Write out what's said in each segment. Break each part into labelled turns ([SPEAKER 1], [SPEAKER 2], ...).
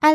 [SPEAKER 1] 艾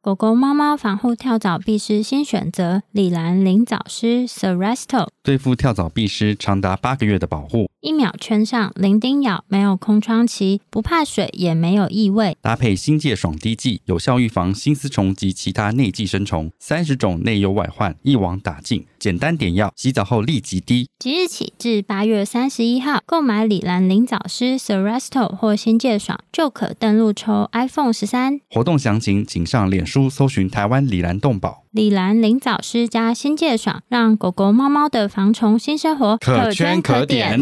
[SPEAKER 1] 狗狗、猫猫防护跳蚤必是新选择，李兰灵藻师 Seresto
[SPEAKER 2] 对付跳蚤必施长达八个月的保护，
[SPEAKER 1] 一秒圈上，零叮咬，没有空窗期，不怕水，也没有异味。
[SPEAKER 2] 搭配新界爽滴剂，有效预防新丝虫及其他内寄生虫，三十种内忧外患一网打尽。简单点药，洗澡后立即滴。
[SPEAKER 1] 即日起至八月三十一号，购买李兰灵藻师 Seresto 或新界爽，就可登录抽 iPhone 十三。
[SPEAKER 2] 活动详情请上脸书搜寻台湾李兰动保。
[SPEAKER 1] 李兰灵藻师加新界爽，让狗狗、猫猫的防虫新生活
[SPEAKER 2] 圈可点。。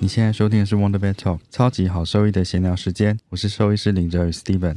[SPEAKER 2] 你现在收听的是 Wonder Vet Talk 超级好兽医的闲聊时间，我是兽医师林哲宇 Steven。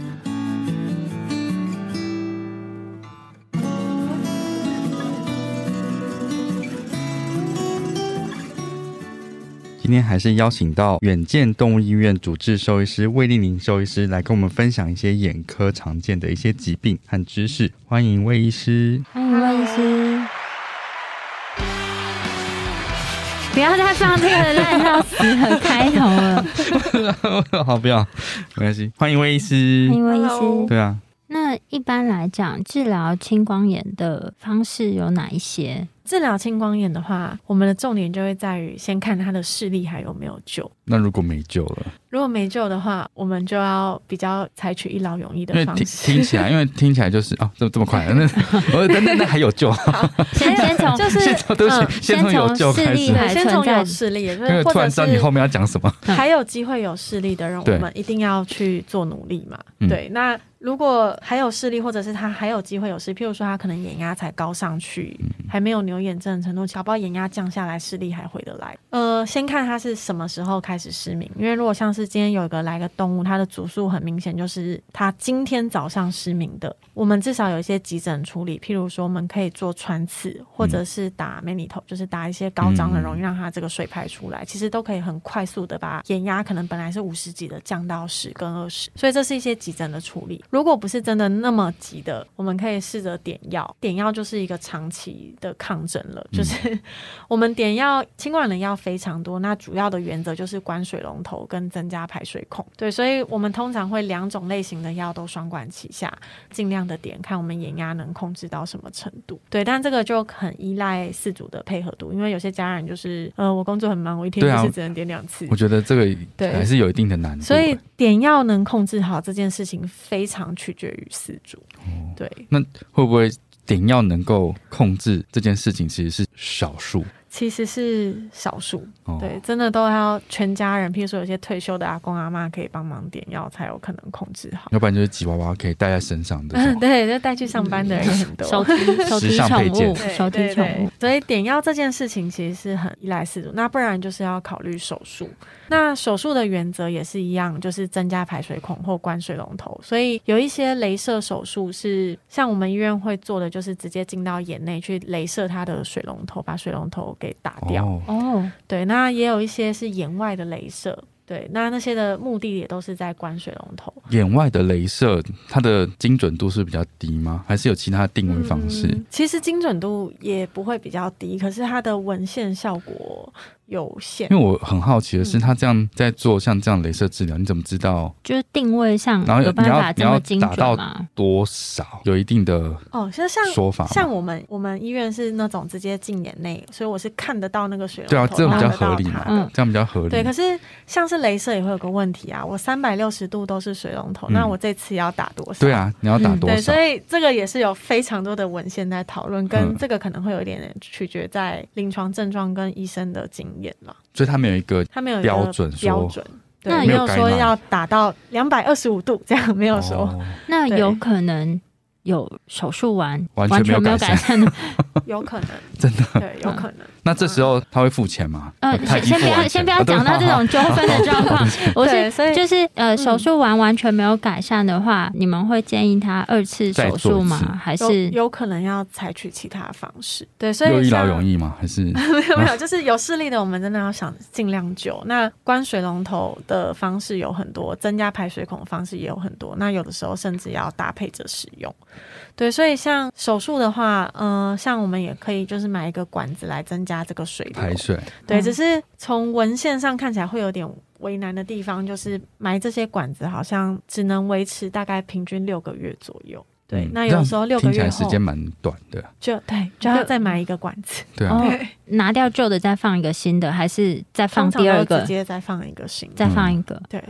[SPEAKER 2] 今天还是邀请到远见动物医院主治兽医师魏丽玲兽医师来跟我们分享一些眼科常见的一些疾病和知识。欢迎魏医师。
[SPEAKER 1] 欢迎魏医师。不要再放这个烂到死的开头 了，
[SPEAKER 2] 好，不要，没关系。欢迎魏医师
[SPEAKER 1] 欢。迎魏医师
[SPEAKER 3] Hello。
[SPEAKER 2] 对啊，
[SPEAKER 1] 那一般来讲，治疗青光眼的方式有哪一 些？
[SPEAKER 3] 治疗青光眼的话，我们的重点就会在于先看他的视力还有没有救。
[SPEAKER 2] 那如果没救了，
[SPEAKER 3] 如果没救的话，我们就要比较采取一劳永逸
[SPEAKER 2] 因为
[SPEAKER 3] 的方
[SPEAKER 2] 听
[SPEAKER 3] 式。
[SPEAKER 2] 听起来，因为听起来就是啊，这么这么快，那我等等，那还有救。啊
[SPEAKER 1] 先先从
[SPEAKER 3] 就是
[SPEAKER 2] 先从对不起，
[SPEAKER 1] 嗯
[SPEAKER 2] 先从有救开
[SPEAKER 1] 先从视
[SPEAKER 2] 始
[SPEAKER 1] 力，
[SPEAKER 3] 对，先
[SPEAKER 1] 还存
[SPEAKER 3] 从
[SPEAKER 1] 在
[SPEAKER 3] 有视力，就
[SPEAKER 2] 因为
[SPEAKER 3] 是或
[SPEAKER 2] 突
[SPEAKER 3] 者
[SPEAKER 2] 然知道你后面
[SPEAKER 3] 是
[SPEAKER 2] 要讲什么。
[SPEAKER 3] 还有机会有视力的人，
[SPEAKER 2] 嗯对
[SPEAKER 3] 我们一定要去做努力嘛。
[SPEAKER 2] 嗯
[SPEAKER 3] 对，那如果还有视力，或者是他还有机会有视，譬如说他可能眼压才高上去，
[SPEAKER 2] 嗯
[SPEAKER 3] 还没有牛眼症的程度，小包眼压降下来，视力还回得来。呃，先看他是什么时候开始失明，因为如果像是今天有一个来个动物，它的主诉很明显就是他今天早上失明的，我们至少有一些急诊处理，譬如说我们可以做穿刺，或者是打 many 头，就是打一些高张的
[SPEAKER 2] 嗯
[SPEAKER 3] 溶液，让它这个水排出来，其实都可以很快速的把眼压可能本来是五十几的降到十跟二十，所以这是一些急诊的处理。如果不是真的那么急的，我们可以试着点药，点药就是一个长期的抗争了，就是、我们点药，清管的药非常多，那主要的原则就是关水龙头跟增加排水孔。对，所以我们通常会两种类型的药都双管齐下，尽量的点，看我们眼压能控制到什么程度。对，但这个就很依赖饲主的配合度，因为有些家人就是，呃，我工作很忙，我一天
[SPEAKER 2] 对啊
[SPEAKER 3] 就是只能点两次。
[SPEAKER 2] 我觉得这个
[SPEAKER 3] 对
[SPEAKER 2] 还是有一定的难度。
[SPEAKER 3] 所以点药能控制好这件事情，非常取决于饲主。
[SPEAKER 2] 哦
[SPEAKER 3] 对，
[SPEAKER 2] 会不会点药能够控制这件事情，其实是少数。
[SPEAKER 3] 其实是少数，
[SPEAKER 2] 哦
[SPEAKER 3] 对，真的都要全家人，譬如说有些退休的阿公阿妈可以帮忙点药，才有可能控制好。
[SPEAKER 2] 要不然就是吉娃娃可以带在身上的。
[SPEAKER 3] 嗯， 对，就带去上班的人也很多。
[SPEAKER 1] 手 提手提
[SPEAKER 2] 时尚
[SPEAKER 1] 宠
[SPEAKER 2] 配件
[SPEAKER 1] 物，
[SPEAKER 3] 对
[SPEAKER 1] 手提
[SPEAKER 3] 对
[SPEAKER 1] 宠物
[SPEAKER 3] 对。，所以点药这件事情其实是很依赖饲主，那不然就是要考虑手术。那手术的原则也是一样，就是增加排水孔或关水龙头。所以有一些镭射手术是像我们医院会做的，就是直接进到眼内去镭射它的水龙头，把水龙头给打掉。
[SPEAKER 2] 哦，
[SPEAKER 1] 哦，
[SPEAKER 3] 对，那也有一些是眼外的镭射。对，那那些的目的也都是在关水龙头。
[SPEAKER 2] 眼外的镭射，它的精准度是比较低吗？还是有其他定位方式？
[SPEAKER 3] 嗯其实精准度也不会比较低，可是它的文献效果有限
[SPEAKER 2] 因为。我很好奇的是，
[SPEAKER 3] 嗯
[SPEAKER 2] 他这样在做像这样镭射治疗，你怎么知道
[SPEAKER 1] 就是定位上
[SPEAKER 2] 然后
[SPEAKER 1] 有办
[SPEAKER 2] 你
[SPEAKER 1] 法
[SPEAKER 2] 要
[SPEAKER 1] 这么精准吗？
[SPEAKER 2] 多少有一定的
[SPEAKER 3] 哦，就像
[SPEAKER 2] 说法吗？
[SPEAKER 3] 像我们我们医院是那种直接进眼内，所以我是看得到那个水龙头，
[SPEAKER 2] 对啊，这样比较
[SPEAKER 3] 看得
[SPEAKER 2] 合
[SPEAKER 3] 到
[SPEAKER 2] 理嘛
[SPEAKER 3] 它，
[SPEAKER 1] 嗯
[SPEAKER 2] 这样比较合理。
[SPEAKER 3] 对，可是像是镭射也会有个问题啊，我三百六十度都是水龙头，
[SPEAKER 2] 嗯
[SPEAKER 3] 那我这次要打多少？
[SPEAKER 2] 对啊，你要打
[SPEAKER 1] 嗯
[SPEAKER 2] 多
[SPEAKER 3] 对，
[SPEAKER 2] 少？
[SPEAKER 3] 所以这个也是有非常多的文献在讨论，
[SPEAKER 2] 嗯
[SPEAKER 3] 跟这个可能会有一点点取决在临床症状跟医生的经验啦。
[SPEAKER 2] 所以他们有一个
[SPEAKER 3] 他没有一个
[SPEAKER 2] 标准说
[SPEAKER 3] 标准，对
[SPEAKER 1] 那，
[SPEAKER 3] 没
[SPEAKER 2] 没有
[SPEAKER 3] 有
[SPEAKER 2] 改
[SPEAKER 3] 说
[SPEAKER 2] 码
[SPEAKER 3] 要打到两百二十五度这样，没有说。
[SPEAKER 2] 哦
[SPEAKER 1] 那
[SPEAKER 3] 对
[SPEAKER 1] 有可能有手术完
[SPEAKER 2] 完全
[SPEAKER 1] 完
[SPEAKER 2] 没有
[SPEAKER 1] 全没有
[SPEAKER 2] 改
[SPEAKER 1] 改善的，
[SPEAKER 3] 有可能，
[SPEAKER 2] 真的。
[SPEAKER 3] 对，有可能。
[SPEAKER 2] 那这时候他会付钱吗？
[SPEAKER 1] 呃，
[SPEAKER 2] 他已
[SPEAKER 1] 先先
[SPEAKER 2] 经
[SPEAKER 1] 不
[SPEAKER 2] 付完
[SPEAKER 1] 要
[SPEAKER 2] 钱
[SPEAKER 1] 先不要
[SPEAKER 2] 哦对
[SPEAKER 1] 讲到这种纠纷的状况， 我
[SPEAKER 3] 对
[SPEAKER 1] 是
[SPEAKER 3] 所以嗯
[SPEAKER 1] 就是呃，手术完完全没有改善的话，你们会建议他二次
[SPEAKER 2] 再
[SPEAKER 1] 手
[SPEAKER 2] 做
[SPEAKER 1] 术
[SPEAKER 2] 一次
[SPEAKER 1] 吗？还
[SPEAKER 3] 有
[SPEAKER 1] 是
[SPEAKER 3] 有可能要采取其他方式，对，所
[SPEAKER 2] 又
[SPEAKER 3] 以
[SPEAKER 2] 一劳
[SPEAKER 3] 像
[SPEAKER 2] 永逸吗？还是
[SPEAKER 3] 没 有没
[SPEAKER 2] 啊
[SPEAKER 3] 有，就是有视力的，我们真的要想尽量救。那关水龙头的方式有很多，增加排水孔的方式也有很多。那有的时候甚至要搭配着使用。对，所以像手术的话，嗯、像我们也可以就是买一个管子来增加这个水流
[SPEAKER 2] 排。水？
[SPEAKER 3] 对，
[SPEAKER 1] 嗯
[SPEAKER 3] 只是从文献上看起来会有点为难的地方，就是埋这些管子好像只能维持大概平均六个月左右。对，
[SPEAKER 2] 嗯
[SPEAKER 3] 那
[SPEAKER 2] 这
[SPEAKER 3] 有
[SPEAKER 2] 样
[SPEAKER 3] 时候 六个
[SPEAKER 2] 听起
[SPEAKER 3] 月
[SPEAKER 2] 来时
[SPEAKER 3] 后
[SPEAKER 2] 间嗯蛮短的，
[SPEAKER 3] 就对，就要再买一个管子。
[SPEAKER 2] 对啊。
[SPEAKER 1] 哦拿掉旧的再放一个新的，还是再放第二
[SPEAKER 3] 通常都直
[SPEAKER 1] 个，
[SPEAKER 3] 接再放一个新的。
[SPEAKER 1] 再
[SPEAKER 2] 嗯
[SPEAKER 1] 放一个？
[SPEAKER 3] 对，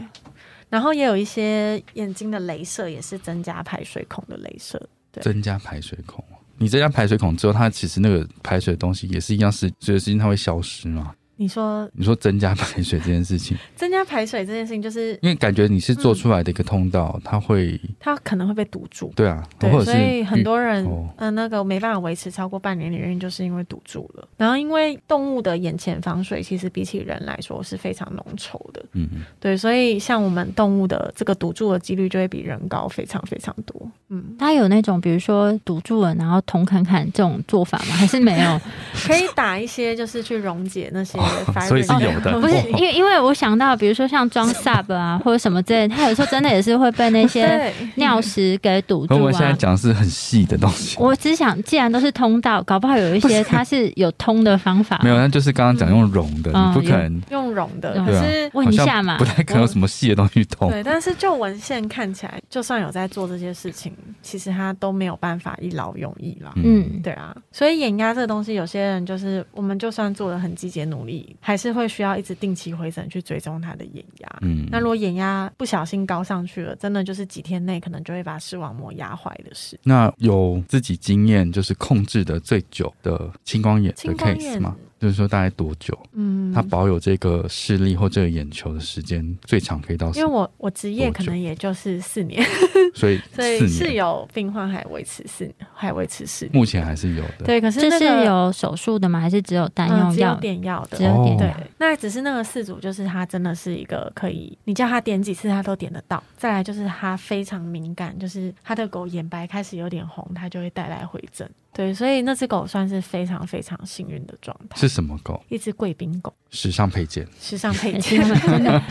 [SPEAKER 3] 然后也有一些眼睛的镭射也是增加排水孔的镭射。对
[SPEAKER 2] 增加排水孔。你增加排水孔之后，它其实那个排水的东西也是一样，是随着时间它会消失嘛？
[SPEAKER 3] 你说
[SPEAKER 2] 你说增加排水这件事情，
[SPEAKER 3] 增加排水这件事情，就是
[SPEAKER 2] 因为感觉你是
[SPEAKER 3] 嗯
[SPEAKER 2] 做出来的一个通道，它会
[SPEAKER 3] 它可能会被堵住。
[SPEAKER 2] 对啊，
[SPEAKER 3] 对
[SPEAKER 2] 或，者
[SPEAKER 3] 所
[SPEAKER 2] 是
[SPEAKER 3] 以很多人嗯、
[SPEAKER 2] 哦
[SPEAKER 3] 那个没办法维持超过半年的原因，就是因为堵住了。然后因为动物的眼前防水其实比起人来说是非常浓稠的，
[SPEAKER 2] 嗯嗯
[SPEAKER 3] 对，所以像我们动物的这个堵住的几率就会比人高非常非常多。嗯，
[SPEAKER 1] 他有那种比如说堵住了，然后捅砍砍这种做法吗？还是没 有？
[SPEAKER 3] 可以打一些就是溶解那些 virus
[SPEAKER 2] 哦所以是有的哦
[SPEAKER 3] 东
[SPEAKER 1] 不是
[SPEAKER 3] 西，
[SPEAKER 1] 因为因为我想到，比如说像装 sub 啊，或者什么之类的，他有时候真的也是会被那些
[SPEAKER 2] 哦
[SPEAKER 3] 对。
[SPEAKER 1] 尿石给堵
[SPEAKER 2] 可我
[SPEAKER 1] 住
[SPEAKER 2] 们现在
[SPEAKER 1] 啊。
[SPEAKER 2] 讲的是很细的东西，
[SPEAKER 1] 我只想，既然都是通道，搞不好有一些它是有通的方法。
[SPEAKER 2] 没有，那就是刚刚讲用溶的，
[SPEAKER 1] 嗯
[SPEAKER 2] 你不可能
[SPEAKER 3] 用溶的，
[SPEAKER 1] 嗯
[SPEAKER 3] 可
[SPEAKER 2] 对啊
[SPEAKER 3] 是。
[SPEAKER 1] 问一
[SPEAKER 2] 好像
[SPEAKER 1] 下嘛
[SPEAKER 2] 不，太可能有什么细的东西通。
[SPEAKER 3] 对，但是就文献看起来，就算有在做这些事情，其实他都没有办法一劳永逸啦。
[SPEAKER 1] 嗯，
[SPEAKER 3] 对啊，所以眼压这个东西，有些人就是我们就算做了很积极努力，还是会需要一直定期回诊去追踪他的眼压。
[SPEAKER 2] 嗯，
[SPEAKER 3] 那如果眼压不小心高上去了，真的就是几天内可能就会把视网膜压坏的事。
[SPEAKER 2] 那有自己经验就是控制的最久的青光眼的
[SPEAKER 3] 青光眼
[SPEAKER 2] case 吗？就是说大概多久？
[SPEAKER 3] 嗯，
[SPEAKER 2] 它保有这个视力或这个眼球的时间最长可以到
[SPEAKER 3] 因
[SPEAKER 2] 四
[SPEAKER 3] 为，我我职业
[SPEAKER 2] 多
[SPEAKER 3] 可
[SPEAKER 2] 久
[SPEAKER 3] 能也就是四年，
[SPEAKER 2] 所以
[SPEAKER 3] 所以
[SPEAKER 2] 四
[SPEAKER 3] 是
[SPEAKER 2] 年，嗯
[SPEAKER 3] 有病患还维持四还维持四年。
[SPEAKER 2] 目前还是有的。
[SPEAKER 3] 对，可是
[SPEAKER 1] 这
[SPEAKER 3] 那
[SPEAKER 1] 是
[SPEAKER 3] 个
[SPEAKER 1] 有手术的吗？还是只有单
[SPEAKER 3] 嗯
[SPEAKER 1] 用
[SPEAKER 3] 只有
[SPEAKER 1] 药？
[SPEAKER 3] 点药的，
[SPEAKER 1] 只有点
[SPEAKER 2] 哦
[SPEAKER 3] 对
[SPEAKER 1] 药。，
[SPEAKER 3] 那只是那个四组，就是他真的是一个可以，你叫他点几次他都点得到。再来就是他非常敏感，就是他的狗眼白开始有点红，他就会带来回诊。对，所以那只狗算是非常非常幸运的状态，
[SPEAKER 2] 是什么狗？
[SPEAKER 3] 一只贵宾狗，
[SPEAKER 2] 时尚配件。
[SPEAKER 3] 时尚配
[SPEAKER 1] 其 实
[SPEAKER 3] 件，
[SPEAKER 1] 真的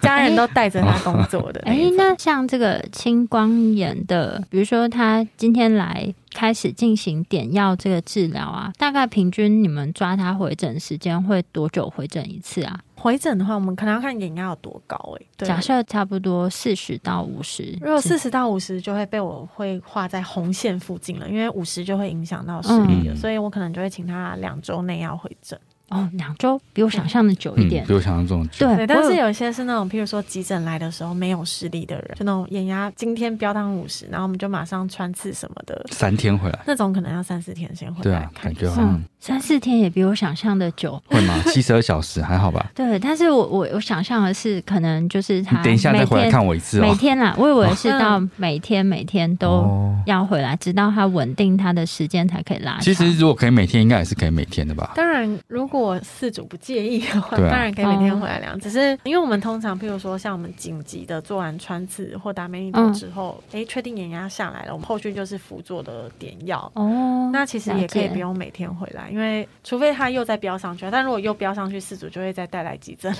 [SPEAKER 3] 家人都带着它工作 的
[SPEAKER 1] 哎
[SPEAKER 3] 一，种。
[SPEAKER 1] 那像这个青光眼的，比如说他今天来开始进行点药这个治疗啊，大概平均你们抓他回诊时间会多久回诊一次啊？
[SPEAKER 3] 回诊的话，我们可能要看眼压有多高哎、对
[SPEAKER 1] 假设差不多四十到五十，
[SPEAKER 3] 如果四十到五十就会被我会画在红线附近了，因为五十就会影响到视力了，
[SPEAKER 2] 嗯
[SPEAKER 3] 所以我可能就会请他两周内要回诊。
[SPEAKER 1] 哦，两周比我想象的久一
[SPEAKER 2] 嗯，
[SPEAKER 1] 点。
[SPEAKER 2] 比我想象中的久。
[SPEAKER 1] 对
[SPEAKER 3] 对，但
[SPEAKER 1] 我
[SPEAKER 3] 是
[SPEAKER 1] 有
[SPEAKER 3] 有一些是那种，譬如说急诊来的时候没有视力的人，就那种眼压今天飙到五十，然后我们就马上穿刺什么的，
[SPEAKER 2] 三天回来。
[SPEAKER 3] 那种可能要三四天先回
[SPEAKER 2] 对
[SPEAKER 3] 来
[SPEAKER 2] 啊，
[SPEAKER 3] 看
[SPEAKER 2] 感
[SPEAKER 3] 医
[SPEAKER 2] 觉
[SPEAKER 3] 生。
[SPEAKER 2] 好像
[SPEAKER 1] 嗯三四天也比我想象的久。
[SPEAKER 2] 会吗？七十二小时还好 吧？
[SPEAKER 1] 对，但是我我我想象的是，可能就是
[SPEAKER 2] 你
[SPEAKER 1] 他
[SPEAKER 2] 等一下再回来
[SPEAKER 1] 每天
[SPEAKER 2] 看我一次
[SPEAKER 1] 每
[SPEAKER 2] 哦。
[SPEAKER 1] 天啦，我以为是
[SPEAKER 3] 哦
[SPEAKER 1] 到每天每天都
[SPEAKER 2] 哦，
[SPEAKER 1] 要回来，直到他稳定他的时间才可以拉长。
[SPEAKER 2] 啊其
[SPEAKER 3] 啊
[SPEAKER 2] 实如果可以每天，应该也是可以每天的吧？
[SPEAKER 3] 当然，如果四主不介意的话，
[SPEAKER 2] 对啊
[SPEAKER 3] 当然可以每
[SPEAKER 1] 嗯
[SPEAKER 3] 天回来量。只是因为我们通常，譬如说像我们紧急的做完穿刺或打美尼朵
[SPEAKER 1] 嗯
[SPEAKER 3] 之后，哎、确定眼压下来了，我们后续就是辅佐的点药。
[SPEAKER 1] 哦，
[SPEAKER 3] 那其实也可以
[SPEAKER 1] 了解
[SPEAKER 3] 不用每天回来，因为除非它又再飙上去，但如果又飙上去，四组就会再带来急诊，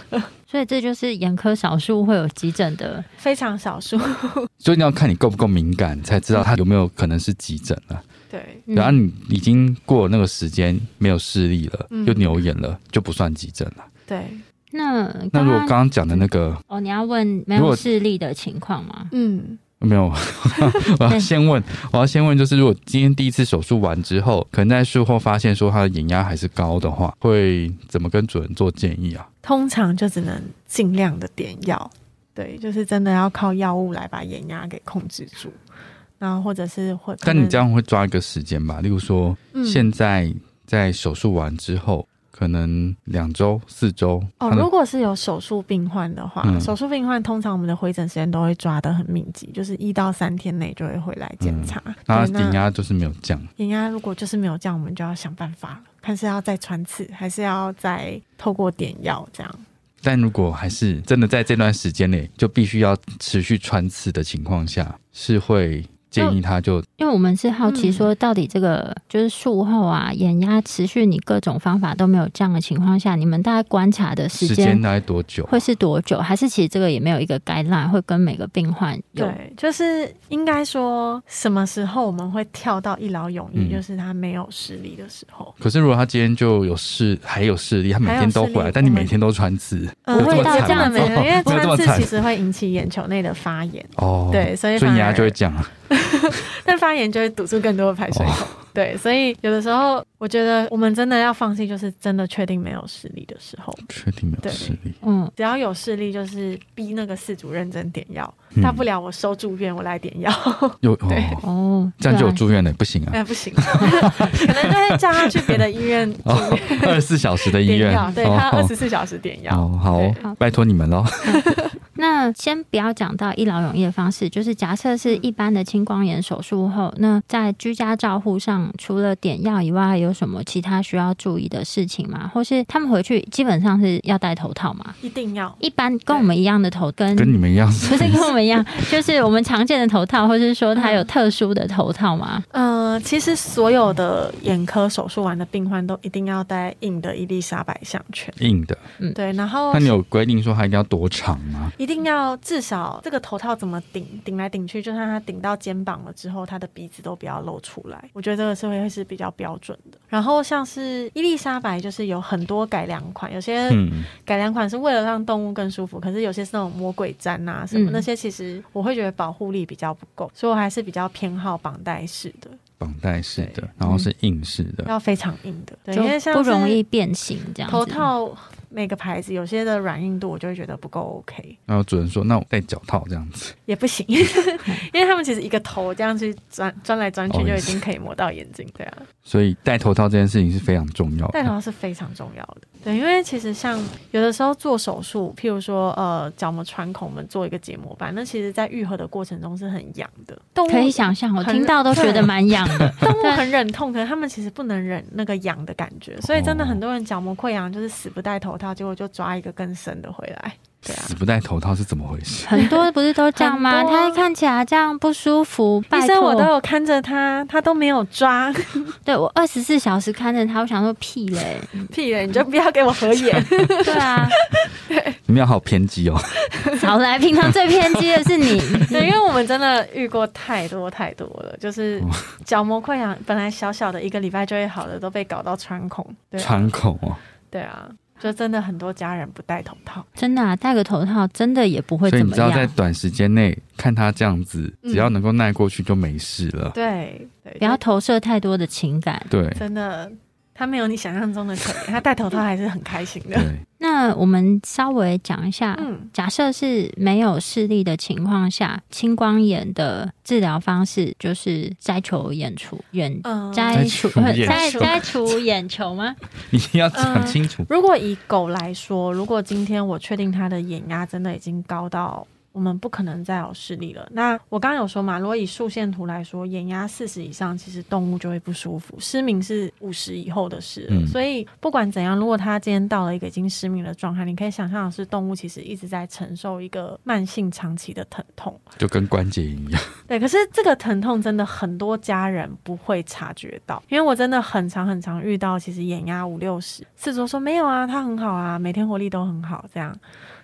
[SPEAKER 1] 所以这就是眼科少数会有急诊的，
[SPEAKER 3] 非常少数。
[SPEAKER 2] 所以你要看你够不够敏感，才知道它有没有可能是急诊了。
[SPEAKER 3] 对，
[SPEAKER 1] 嗯
[SPEAKER 2] 然后啊你已经过了那个时间，没有视力了，
[SPEAKER 3] 嗯
[SPEAKER 2] 又牛眼了，就不算急诊了。
[SPEAKER 3] 对，
[SPEAKER 1] 那
[SPEAKER 2] 那
[SPEAKER 1] 刚
[SPEAKER 2] 如果
[SPEAKER 1] 刚
[SPEAKER 2] 刚刚讲的那个
[SPEAKER 1] 哦，你要问没
[SPEAKER 2] 如
[SPEAKER 1] 有
[SPEAKER 2] 果
[SPEAKER 1] 视力的情况吗？
[SPEAKER 3] 嗯，
[SPEAKER 2] 没 有，我要先问，我要先问，就是如果今天第一次手术完之后，可能在术后发现说他的眼压还是高的话，会怎么跟主人做建议啊？
[SPEAKER 3] 通常就只能尽量的点药，对，就是真的要靠药物来把眼压给控制住，然后或者是会，可
[SPEAKER 2] 但
[SPEAKER 3] 能
[SPEAKER 2] 你这样会抓一个时间吧，例如说
[SPEAKER 3] 嗯
[SPEAKER 2] 现在在手术完之后，可能两周、四周，
[SPEAKER 3] 哦，
[SPEAKER 2] 它的
[SPEAKER 3] 如果是有手术病患的话，
[SPEAKER 2] 嗯
[SPEAKER 3] 手术病患通常我们的回诊时间都会抓得很密集，就是一到三天内就会回来检查。
[SPEAKER 2] 它
[SPEAKER 3] 对那
[SPEAKER 2] 顶嗯压就是没有降。
[SPEAKER 3] 眼压如果就是没有降，我们就要想办法了，看是要再穿刺，还是要再透过点药这样。
[SPEAKER 2] 但如果还是真的在这段时间内就必须要持续穿刺的情况下，是会建议他就
[SPEAKER 1] 因为我们是好奇
[SPEAKER 3] 嗯
[SPEAKER 1] 说，到底这个就是术后啊，眼压持续你各种方法都没有降的情况下，你们大概观察的时
[SPEAKER 2] 时
[SPEAKER 1] 间
[SPEAKER 2] 间大概多久？
[SPEAKER 1] 会是多久？还是其实这个也没有一个 guideline 会跟每个病患有
[SPEAKER 3] 对，就是应该说什么时候我们会跳到一劳永逸，
[SPEAKER 2] 嗯
[SPEAKER 3] 就是他没有视力的时候。
[SPEAKER 2] 可是如果他今天就有视还有视力，他每天都回
[SPEAKER 3] 还有视
[SPEAKER 2] 来，
[SPEAKER 3] 力
[SPEAKER 2] 但你每天都穿刺
[SPEAKER 3] 嗯，
[SPEAKER 1] 不会
[SPEAKER 3] 到
[SPEAKER 1] 到
[SPEAKER 3] 这
[SPEAKER 1] 这
[SPEAKER 3] 样
[SPEAKER 1] 样
[SPEAKER 3] 没
[SPEAKER 1] 子
[SPEAKER 3] 有，因
[SPEAKER 2] 没有
[SPEAKER 3] 为
[SPEAKER 2] 这
[SPEAKER 3] 穿
[SPEAKER 2] 么
[SPEAKER 3] 刺
[SPEAKER 2] 惨
[SPEAKER 3] 其实会引起眼球内的发炎，
[SPEAKER 2] 哦，
[SPEAKER 3] 对，，所以
[SPEAKER 2] 所以
[SPEAKER 3] 反
[SPEAKER 2] 你牙
[SPEAKER 3] 而
[SPEAKER 2] 就 会降啊了。
[SPEAKER 3] 但发炎就会堵住更多的排水
[SPEAKER 2] 哦
[SPEAKER 3] 口。对，所以有的时候我觉得我们真的要放弃，就是真的确定没有视力的时候，
[SPEAKER 2] 确定没有
[SPEAKER 3] 对
[SPEAKER 2] 视力，
[SPEAKER 1] 嗯？
[SPEAKER 3] 只要有视力，就是逼那个事主认真点药，
[SPEAKER 2] 嗯
[SPEAKER 3] 大不了我收住院，我来点药。
[SPEAKER 2] 有
[SPEAKER 3] 对
[SPEAKER 2] 哦，
[SPEAKER 1] 哦，
[SPEAKER 2] 这样就有
[SPEAKER 1] 对啊
[SPEAKER 2] 住院了，不行啊，
[SPEAKER 3] 哎，不行， 可能就会叫他去别的医院
[SPEAKER 2] 哦，二十四小时的医
[SPEAKER 3] 点
[SPEAKER 2] 院
[SPEAKER 3] 药，，对
[SPEAKER 2] 哦
[SPEAKER 3] 他二十四小时点药。
[SPEAKER 2] 哦，好
[SPEAKER 3] 对
[SPEAKER 2] 哦，拜托你们喽。
[SPEAKER 1] 那先不要讲到一劳永逸的方式，就是假设
[SPEAKER 3] 嗯
[SPEAKER 1] 是一般的青光眼手术后，那在居家照护上，除了点药以外，还有什么其他需要注意的事情吗？或是他们回去基本上是要戴头套吗？
[SPEAKER 3] 一定要，
[SPEAKER 1] 一般跟我们一样的头
[SPEAKER 3] 嗯
[SPEAKER 1] 跟
[SPEAKER 2] 跟你们一样，
[SPEAKER 1] 不是跟我们一样，就是我们常见的头套，或是说它有特殊的头套吗？
[SPEAKER 3] 嗯，其实所有的眼科手术完的病患都一定要戴硬的伊丽莎白项圈，
[SPEAKER 2] 硬的。
[SPEAKER 3] 对，然后
[SPEAKER 2] 那你有规定说它一定要多长吗？
[SPEAKER 3] 一定要至少这个头套怎么顶顶来顶去，就算它顶到肩膀了之后，它的鼻子都不要露出来。我觉得这个是会是比较标准的。然后像是伊丽莎白，就是有很多改良款，有些
[SPEAKER 2] 嗯，
[SPEAKER 3] 改良款是为了让动物更舒服，可是有些是那种魔鬼毡啊什么、
[SPEAKER 1] 嗯
[SPEAKER 3] 那些，其实我会觉得保护力比较不够，所以我还是比较偏好绑带式的，
[SPEAKER 2] 绑带式的
[SPEAKER 3] 对，嗯
[SPEAKER 2] 然后是硬式的，
[SPEAKER 3] 要非常硬的，对，
[SPEAKER 1] 就
[SPEAKER 3] 因为像
[SPEAKER 1] 不
[SPEAKER 3] 是
[SPEAKER 1] 容易变形这样子。
[SPEAKER 3] 头套。每个牌子有些的软硬度，我就会觉得不够 OK。
[SPEAKER 2] 然后主人说那我戴脚套这样子，
[SPEAKER 3] 也不行，因为他们其实一个头这样去钻钻来钻去
[SPEAKER 2] 哦
[SPEAKER 3] 就
[SPEAKER 2] 也
[SPEAKER 3] 已
[SPEAKER 2] 是
[SPEAKER 3] 经可以磨到眼睛，对啊，
[SPEAKER 2] 所以戴头套这件事情是非常重要
[SPEAKER 3] 戴
[SPEAKER 2] 的。
[SPEAKER 3] 头是非常重要的，对，因为其实像有的时候做手术，譬如说呃角膜穿孔，我们做一个结膜瓣，那其实在愈合的过程中是很痒的，动物
[SPEAKER 1] 可以想象，我
[SPEAKER 3] 很
[SPEAKER 1] 听到都觉得蛮痒的。
[SPEAKER 3] 动物很忍痛，可是他们其实不能忍那个痒的感觉，所以真的很多人角膜溃疡就是死不戴头套，结果就抓一个更深的回来，对啊
[SPEAKER 2] 死。不戴头套是怎么回事？
[SPEAKER 1] 很多不是都这样吗？
[SPEAKER 3] 很多啊
[SPEAKER 1] 他看起来这样不舒服，
[SPEAKER 3] 医
[SPEAKER 1] 拜
[SPEAKER 3] 生，我
[SPEAKER 1] 托
[SPEAKER 3] 都，有看着他，他都没有 抓
[SPEAKER 1] 对我二十四小时看着他，我想说屁嘞，
[SPEAKER 3] 屁人，你就不要给我合 眼。
[SPEAKER 1] 对 啊，
[SPEAKER 2] 你们要好偏激哦。
[SPEAKER 1] 少来，平常最偏激的是你，
[SPEAKER 3] 对，因为我们真的遇过太多太多了，就是
[SPEAKER 2] 哦
[SPEAKER 3] 角膜溃疡本来小小的一个礼拜就会好的，都被搞到穿孔。对啊、
[SPEAKER 2] 穿孔哦，
[SPEAKER 3] 对啊，就真的很多家人不戴头套。
[SPEAKER 1] 真的啊，戴个头套真的也不会
[SPEAKER 2] 所以
[SPEAKER 1] 怎
[SPEAKER 2] 你
[SPEAKER 1] 么
[SPEAKER 2] 知道在
[SPEAKER 1] 样。
[SPEAKER 2] 短时间内看他这样子，
[SPEAKER 3] 嗯
[SPEAKER 2] 只要能够耐过去就没事了。
[SPEAKER 3] 对对，
[SPEAKER 1] 不要
[SPEAKER 3] 就
[SPEAKER 1] 投射太多的情感。
[SPEAKER 2] 对
[SPEAKER 3] 真的，他没有你想象中的可怜，他戴头套还是很开心的。
[SPEAKER 2] 对，
[SPEAKER 1] 那我们稍微讲一下，
[SPEAKER 3] 嗯，
[SPEAKER 1] 假设是没有视力的情况下，青光眼的治疗方式就是摘球眼除眼
[SPEAKER 3] 嗯
[SPEAKER 1] 摘除
[SPEAKER 2] 摘除眼球
[SPEAKER 1] 摘摘除眼球吗？
[SPEAKER 2] 你
[SPEAKER 3] 嗯
[SPEAKER 2] 要讲清楚。
[SPEAKER 3] 如果以狗来说，如果今天我确定它的眼压真的已经高到我们不可能再有视力了，那我刚刚有说嘛，如果以竖线图来说，眼压四十以上，其实动物就会不舒服，失明是五十以后的事了
[SPEAKER 2] 嗯
[SPEAKER 3] 所以不管怎样，如果它今天到了一个已经失明的状态，你可以想象的是，动物其实一直在承受一个慢性长期的疼痛。
[SPEAKER 2] 就跟关节炎一样，
[SPEAKER 3] 对，可是这个疼痛真的很多家人不会察觉到，因为我真的很常很常遇到，其实眼压五六十，四周说没有啊，他很好啊，每天活力都很好，这样。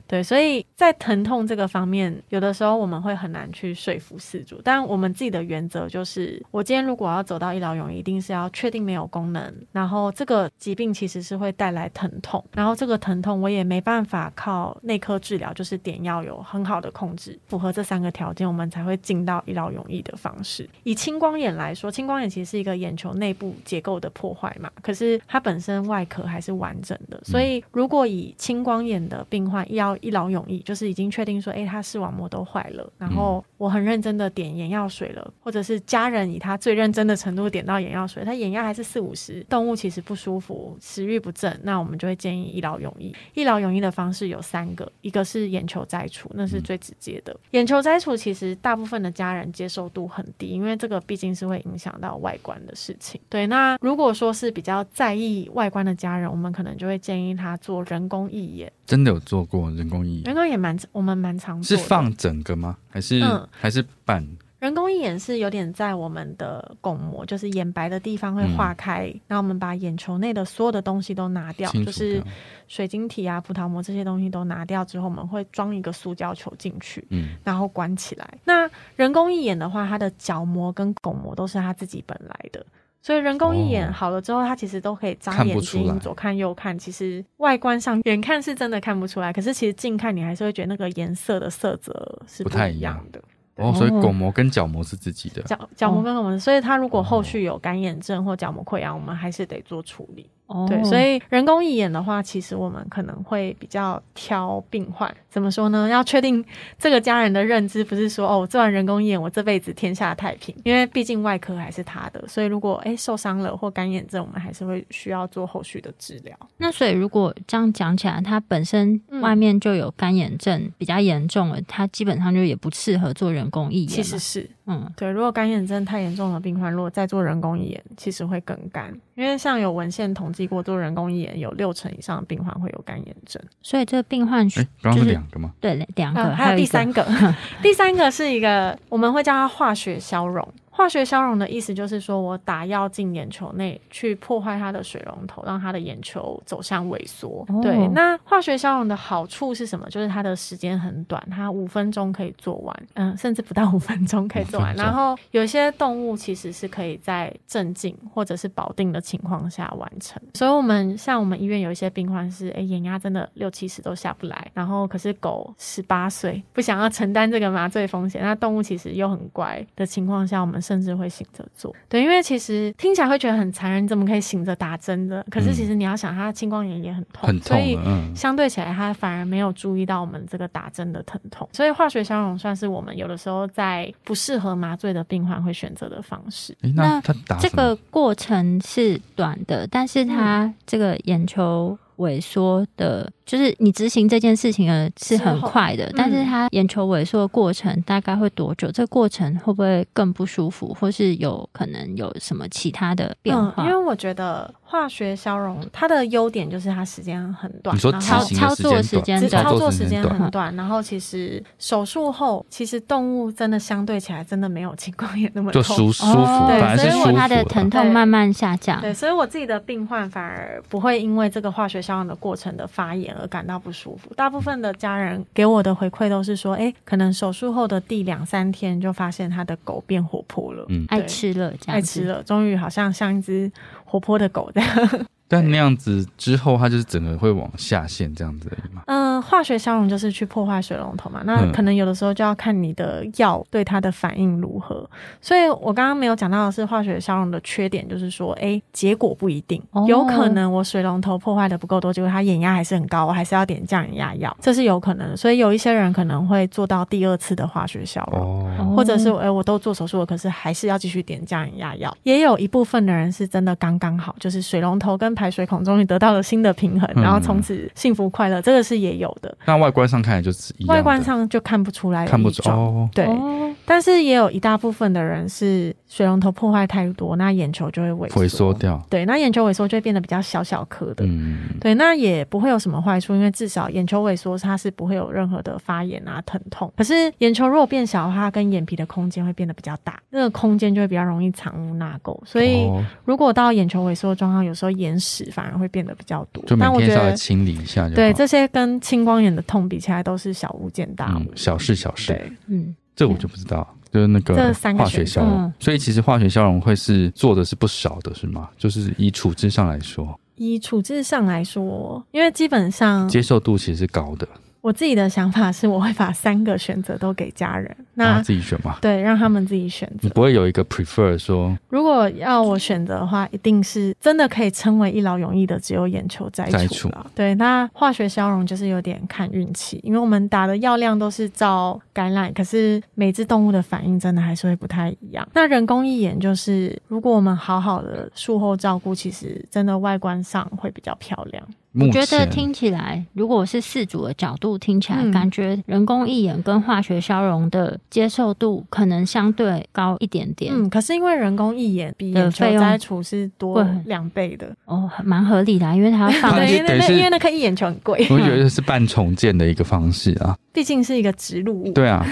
[SPEAKER 3] 对，所以在疼痛这个方面，有的时候我们会很难去说服事主。但我们自己的原则就是，我今天如果要走到一劳永逸，一定是要确定没有功能，然后这个疾病其实是会带来疼痛，然后这个疼痛我也没办法靠内科治疗，就是点药有很好的控制，符合这三个条件，我们才会进到一劳永逸的方式。以青光眼来说，青光眼其实是一个眼球内部结构的破坏嘛，可是它本身外壳还是完整的，所以如果以青光眼的病患要一劳永逸，就是已经确定说，哎，他视网膜都坏了，然后我很认真的点眼药水了，或者是家人以他最认真的程度点到眼药水，他眼压还是四五十，动物其实不舒服，食欲不振，那我们就会建议一劳永逸。一劳永逸的方式有三个，一个是眼球摘除，那
[SPEAKER 2] 嗯
[SPEAKER 3] 是最直接的。眼球摘除其实大部分的家人接受度很低，因为这个毕竟是会影响到外观的事情。对，那如果说是比较在意外观的家人，我们可能就会建议他做人工义眼。
[SPEAKER 2] 真的有做过人工义
[SPEAKER 3] 人工也蛮，我们蛮常
[SPEAKER 2] 嗯
[SPEAKER 3] 做
[SPEAKER 2] 是
[SPEAKER 3] 的
[SPEAKER 2] 放整个吗？还是、
[SPEAKER 3] 嗯
[SPEAKER 2] 还是半？
[SPEAKER 3] 人工义眼是有点在我们的巩膜，就是眼白的地方会
[SPEAKER 2] 嗯
[SPEAKER 3] 化开，然后我们把眼球内的所有的东西都拿掉，
[SPEAKER 2] 清
[SPEAKER 3] 就
[SPEAKER 2] 楚
[SPEAKER 3] 是
[SPEAKER 2] 掉
[SPEAKER 3] 水晶体啊、葡萄膜这些东西都拿掉之后，我们会装一个塑胶球进去，
[SPEAKER 2] 嗯，
[SPEAKER 3] 然后关起来。那人工义眼的话，它的角膜跟巩膜都是它自己本来的。所以人工义眼
[SPEAKER 2] 哦
[SPEAKER 3] 好了之后，它其实都可以眨
[SPEAKER 2] 看不
[SPEAKER 3] 眼
[SPEAKER 2] 出来
[SPEAKER 3] 睛，左看右看。其实外观上远看是真的看不出来，可是其实近看你还是会觉得那个颜色的色泽是
[SPEAKER 2] 不
[SPEAKER 3] 不
[SPEAKER 2] 太一
[SPEAKER 3] 一样
[SPEAKER 2] 样
[SPEAKER 3] 的。
[SPEAKER 2] 哦，
[SPEAKER 1] 对
[SPEAKER 2] 所以巩膜跟角膜是自己的。
[SPEAKER 3] 角角膜跟我们，
[SPEAKER 2] 哦
[SPEAKER 3] 所以他如果后续有干眼症或角膜溃疡，我们还是得做处理。
[SPEAKER 1] 哦
[SPEAKER 3] 对，所以人工义眼的话，其实我们可能会比较挑病患。怎么说呢？要确定这个家人的认知，不是说哦，我做完人工义眼，我这辈子天下太平。因为毕竟外科还是他的，所以如果诶受伤了或干眼症，我们还是会需要做后续的治疗。
[SPEAKER 1] 那所以如果这样讲起来，他本身
[SPEAKER 3] 嗯
[SPEAKER 1] 外面就有干眼症、比较严重了，他基本上就也不适合做人工义眼
[SPEAKER 3] 其
[SPEAKER 1] 嘛。
[SPEAKER 3] 实是
[SPEAKER 1] 嗯，
[SPEAKER 3] 对，如果干眼症太严重的病患，如果再做人工义眼，其实会更干，因为像有文献统计过，做人工义眼有六成以上的病患会有干眼症。
[SPEAKER 1] 所以这个病患
[SPEAKER 2] 哎
[SPEAKER 1] 是、
[SPEAKER 2] 刚刚
[SPEAKER 1] 就是是
[SPEAKER 2] 两个吗？
[SPEAKER 1] 对两个，
[SPEAKER 3] 呃还有
[SPEAKER 1] 一
[SPEAKER 3] 第
[SPEAKER 1] 个
[SPEAKER 3] 三个，第三个是一个我们会叫它化学消融。化学消融的意思就是说我打药进眼球内去破坏它的水龙头，让它的眼球走向萎缩。
[SPEAKER 1] 哦
[SPEAKER 3] 对，那化学消融的好处是什么？就是它的时间很短，它五分钟可以做完，嗯，甚至不到五分钟可以做完。
[SPEAKER 2] 5分钟
[SPEAKER 3] 然后有些动物其实是可以在镇静或者是保定的情况下完成。所以我们像我们医院有一些病患是，哎，眼压真的六七十都下不来，然后可是狗十八岁不想要承担这个麻醉风险，那动物其实又很乖的情况下，我们甚至会醒着做。对，因为其实听起来会觉得很残忍，怎么可以醒着打针的？可是其实你要想，它青光眼也很痛，
[SPEAKER 2] 嗯很
[SPEAKER 3] 所
[SPEAKER 2] 痛
[SPEAKER 3] 以
[SPEAKER 2] 的，嗯，
[SPEAKER 3] 相对起来，他反而没有注意到我们这个打针的疼痛，所以化学消融算是我们有的时候在不适合麻醉的病患会选择的方式。
[SPEAKER 2] 哎，
[SPEAKER 1] 那
[SPEAKER 2] 那他打
[SPEAKER 1] 这
[SPEAKER 2] 什么
[SPEAKER 1] 个过程是短的，但
[SPEAKER 3] 嗯
[SPEAKER 1] 是它这个眼球萎缩的，就是你执行这件事情呃是很快的，但
[SPEAKER 3] 嗯
[SPEAKER 1] 是它眼球萎缩的过程大概会多久？这个过程会不会更不舒服，或是有可能有什么其他的变化？
[SPEAKER 3] 嗯，因为我觉得化学消融它的优点就是它时间很短，
[SPEAKER 2] 你说
[SPEAKER 3] 然
[SPEAKER 2] 执
[SPEAKER 3] 后
[SPEAKER 2] 行
[SPEAKER 1] 操操
[SPEAKER 2] 的
[SPEAKER 1] 作时
[SPEAKER 2] 时
[SPEAKER 1] 间
[SPEAKER 2] 间
[SPEAKER 3] 只
[SPEAKER 1] 真
[SPEAKER 2] 短，
[SPEAKER 1] 短的
[SPEAKER 3] 操作时
[SPEAKER 2] 时
[SPEAKER 3] 间
[SPEAKER 2] 短，
[SPEAKER 3] 很短，然后其实手术后，其实动物真的相对起来真的没有青光眼那么
[SPEAKER 2] 就
[SPEAKER 3] 痛，
[SPEAKER 2] 舒舒服，
[SPEAKER 1] 哦
[SPEAKER 3] 对
[SPEAKER 2] 反而是
[SPEAKER 3] 所以
[SPEAKER 2] 舒
[SPEAKER 3] 我
[SPEAKER 2] 服
[SPEAKER 1] 它的疼
[SPEAKER 2] 的。
[SPEAKER 1] 痛慢慢下降。
[SPEAKER 3] 对，所以我自己的病患反而不会因为这个化学效应的过程的发炎而感到不舒服。大部分的家人给我的回馈都是说，哎、可能手术后的第两三天就发现他的狗变活泼了，
[SPEAKER 2] 嗯，
[SPEAKER 1] 爱吃了这
[SPEAKER 3] 爱
[SPEAKER 1] 样
[SPEAKER 3] 吃
[SPEAKER 1] 子。
[SPEAKER 3] 了，终于好像像一只活泼的狗这样。
[SPEAKER 2] 但那样子之后，它就是整个会往下陷这样子而已嘛。
[SPEAKER 3] 嗯，化学消融就是去破坏水龙头嘛。那
[SPEAKER 2] 嗯
[SPEAKER 3] 可能有的时候就要看你的药对它的反应如何。所以我刚刚没有讲到的是化学消融的缺点，就是说，哎、结果不一定，
[SPEAKER 1] 哦
[SPEAKER 3] 有可能我水龙头破坏的不够多，结果它眼压还是很高，我还是要点降眼压药，这是有可能的。所以有一些人可能会做到第二次的化学消融。
[SPEAKER 2] 哦，
[SPEAKER 3] 或者是哎、我都做手术了，可是还是要继续点降眼压药。也有一部分的人是真的刚刚好，就是水龙头跟排水孔终于得到了新的平衡，
[SPEAKER 2] 嗯
[SPEAKER 3] 然后从此幸福快乐，这个是也有的。
[SPEAKER 2] 那外观上看来就是一样的
[SPEAKER 3] 外观上就看不出来有异状，
[SPEAKER 2] 看不出哦，
[SPEAKER 3] 对，
[SPEAKER 1] 哦
[SPEAKER 3] 但是也有一大部分的人是水龙头破坏太多，那眼球就会萎缩。
[SPEAKER 2] 萎缩掉。
[SPEAKER 3] 对，那眼球萎缩就会变得比较小小颗的。
[SPEAKER 2] 嗯，
[SPEAKER 3] 对，那也不会有什么坏处，因为至少眼球萎缩它是不会有任何的发炎啊、疼痛。可是眼球如果变小的话，它跟眼皮的空间会变得比较大，那个空间就会比较容易藏污纳垢。所以
[SPEAKER 2] 哦
[SPEAKER 3] 如果到眼球萎缩的状况，有时候眼屎反而会变得比较多。
[SPEAKER 2] 就每
[SPEAKER 3] 但我
[SPEAKER 2] 天
[SPEAKER 3] 觉
[SPEAKER 2] 稍微
[SPEAKER 3] 得，
[SPEAKER 2] 清理一下就好。
[SPEAKER 3] 对这些跟青光眼的痛比起来，都是小巫见大
[SPEAKER 2] 嗯
[SPEAKER 3] 巫。
[SPEAKER 2] 小事小事，
[SPEAKER 3] 对，
[SPEAKER 1] 嗯，
[SPEAKER 2] 这我就不知道。就是那个
[SPEAKER 3] 这三个嗯
[SPEAKER 2] 化学消融
[SPEAKER 1] 选，
[SPEAKER 2] 所以其实化学消融会是做的是不少的，是吗？就是以处置上来说，
[SPEAKER 3] 以处置上来说，因为基本上
[SPEAKER 2] 接受度其实是高的。
[SPEAKER 3] 我自己的想法是，我会把三个选择都给家人，
[SPEAKER 2] 让
[SPEAKER 3] 那
[SPEAKER 2] 他自己选嘛。
[SPEAKER 3] 对让他们自己选择
[SPEAKER 2] 你。不会有一个 prefer 说
[SPEAKER 3] 如果要我选择的话，一定是真的可以称为一劳永逸的，只有眼球摘
[SPEAKER 2] 摘
[SPEAKER 3] 除
[SPEAKER 2] 除
[SPEAKER 3] 了。对，那化学消融就是有点看运气，因为我们打的药量都是照感染，可是每只动物的反应真的还是会不太一样。那人工义眼就是，如果我们好好的术后照顾，其实真的外观上会比较漂亮。
[SPEAKER 1] 我
[SPEAKER 2] 目
[SPEAKER 1] 觉得
[SPEAKER 2] 前
[SPEAKER 1] 听起来，如果我是饲主的角度听起来，
[SPEAKER 3] 嗯
[SPEAKER 1] 感觉人工义眼跟化学消融的接受度可能相对高一点点，
[SPEAKER 3] 嗯，可是因为人工义眼比眼球
[SPEAKER 1] 费用
[SPEAKER 3] 摘除是多
[SPEAKER 1] 会很
[SPEAKER 3] 两倍的，
[SPEAKER 1] 哦，蛮合理的啊，因为它要放
[SPEAKER 2] 那
[SPEAKER 3] 对，
[SPEAKER 2] 就
[SPEAKER 3] 因为
[SPEAKER 2] 等于
[SPEAKER 3] 那
[SPEAKER 2] 是
[SPEAKER 3] 因为那颗义眼球很贵，
[SPEAKER 2] 我觉得是半重建的一个方式啊。
[SPEAKER 3] 毕竟是一个植入物。
[SPEAKER 2] 对啊，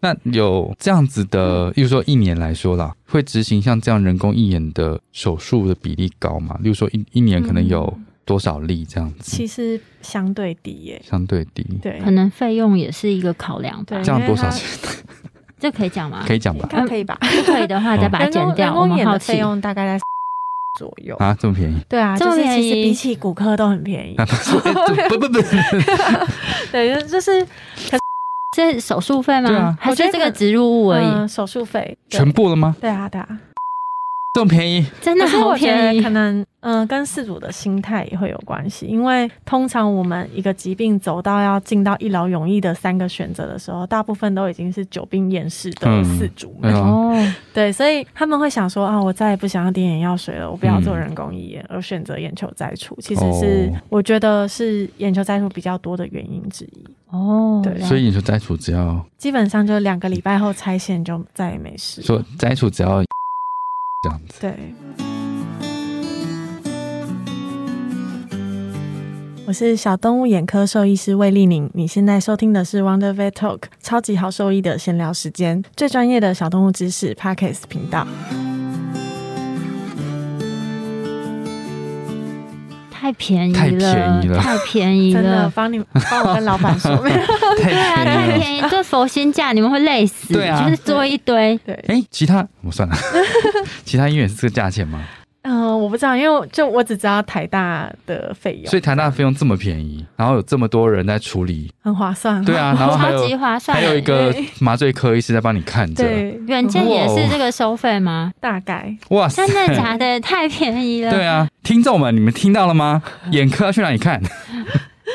[SPEAKER 2] 那有这样子的，例如说一年来说啦，会执行像这样人工义眼的手术的比例高嘛？例如说一一年可能有多少例这样子，
[SPEAKER 3] 其实相对低耶、
[SPEAKER 2] 相对低，
[SPEAKER 3] 对
[SPEAKER 1] 可，能费用也是一个考量吧
[SPEAKER 3] 对。
[SPEAKER 2] 这样多少
[SPEAKER 3] 因为它
[SPEAKER 2] 钱
[SPEAKER 1] 这可以讲吗？
[SPEAKER 2] 可以嗯讲吧
[SPEAKER 3] 应？该可以吧？
[SPEAKER 1] 不可以的话，再 把它
[SPEAKER 3] 人
[SPEAKER 1] 剪
[SPEAKER 3] 工人
[SPEAKER 1] 掉。我
[SPEAKER 3] 工
[SPEAKER 1] 们
[SPEAKER 3] 眼
[SPEAKER 1] 好
[SPEAKER 3] 的费
[SPEAKER 1] 奇，
[SPEAKER 3] 用大概在左右。
[SPEAKER 2] 啊，这么便宜？
[SPEAKER 3] 对啊，
[SPEAKER 1] 这
[SPEAKER 3] 就
[SPEAKER 1] 么
[SPEAKER 3] 是其实
[SPEAKER 1] 便宜
[SPEAKER 3] 比起骨科都很便宜
[SPEAKER 2] 那。他说哎这不不不，
[SPEAKER 3] 对，就就是
[SPEAKER 1] 这是手术费
[SPEAKER 2] 对
[SPEAKER 1] 吗
[SPEAKER 2] 啊？
[SPEAKER 1] 还
[SPEAKER 3] 我觉
[SPEAKER 1] 是
[SPEAKER 3] 得
[SPEAKER 1] 这个植入物而已？
[SPEAKER 3] 嗯手术费对
[SPEAKER 2] 全部了吗？
[SPEAKER 3] 对啊，对啊。
[SPEAKER 2] 这么便宜？
[SPEAKER 1] 真的
[SPEAKER 3] 可是
[SPEAKER 1] 好
[SPEAKER 3] 我觉
[SPEAKER 1] 便
[SPEAKER 3] 得
[SPEAKER 1] 宜
[SPEAKER 3] 可。能嗯，跟事主的心态也会有关系，因为通常我们一个疾病走到要进到一劳永逸的三个选择的时候，大部分都已经是久病厌世的
[SPEAKER 2] 嗯
[SPEAKER 3] 事主们。
[SPEAKER 2] 哎呦，
[SPEAKER 1] 哦，
[SPEAKER 3] 对，所以他们会想说啊，我再也不想要滴眼药水了，我不要做人工义眼，而选择眼球摘除。其实是、
[SPEAKER 2] 哦
[SPEAKER 3] 我觉得是眼球摘除比较多的原因之一。
[SPEAKER 1] 哦，
[SPEAKER 3] 对
[SPEAKER 2] 所以你说摘除只要
[SPEAKER 3] 基本上就是两个礼拜后拆线就再也没事。
[SPEAKER 2] 说摘除只要这样子，
[SPEAKER 3] 对。我是小动物眼科兽医师魏丽宁，你现在收听的是 Wonder Vet Talk 超级好兽医的闲聊时间，最专业的小动物知识 Podcast 频道。
[SPEAKER 1] 太便宜了，
[SPEAKER 2] 太便宜了
[SPEAKER 1] 太便宜
[SPEAKER 3] 真的
[SPEAKER 1] 了，
[SPEAKER 3] 帮你帮我跟老板说，没有
[SPEAKER 2] 太
[SPEAKER 1] 对啊，
[SPEAKER 2] 便
[SPEAKER 1] 太
[SPEAKER 2] 宜了。
[SPEAKER 1] 便宜，这佛心价你们会累死，
[SPEAKER 2] 对啊
[SPEAKER 1] 就是做一堆。
[SPEAKER 3] 对，
[SPEAKER 2] 哎，其他我算了， 其他医院也是这个价钱吗？
[SPEAKER 3] 嗯、我不知道，因为我就我只知道台大的费用，
[SPEAKER 2] 所以台大费用这么便宜，然后有这么多人在处 理，
[SPEAKER 3] 很划算。
[SPEAKER 2] 对，啊，然后还
[SPEAKER 1] 超
[SPEAKER 2] 有
[SPEAKER 1] 级划算，
[SPEAKER 2] 还有一个麻醉科医师在帮你看着，
[SPEAKER 3] 对，嗯
[SPEAKER 1] 远见也是这个收费吗？
[SPEAKER 3] 大概
[SPEAKER 2] 哇塞
[SPEAKER 1] 真，的假的？太便宜了，
[SPEAKER 2] 对啊，听众们，你们听到 了吗？眼科要去哪里看？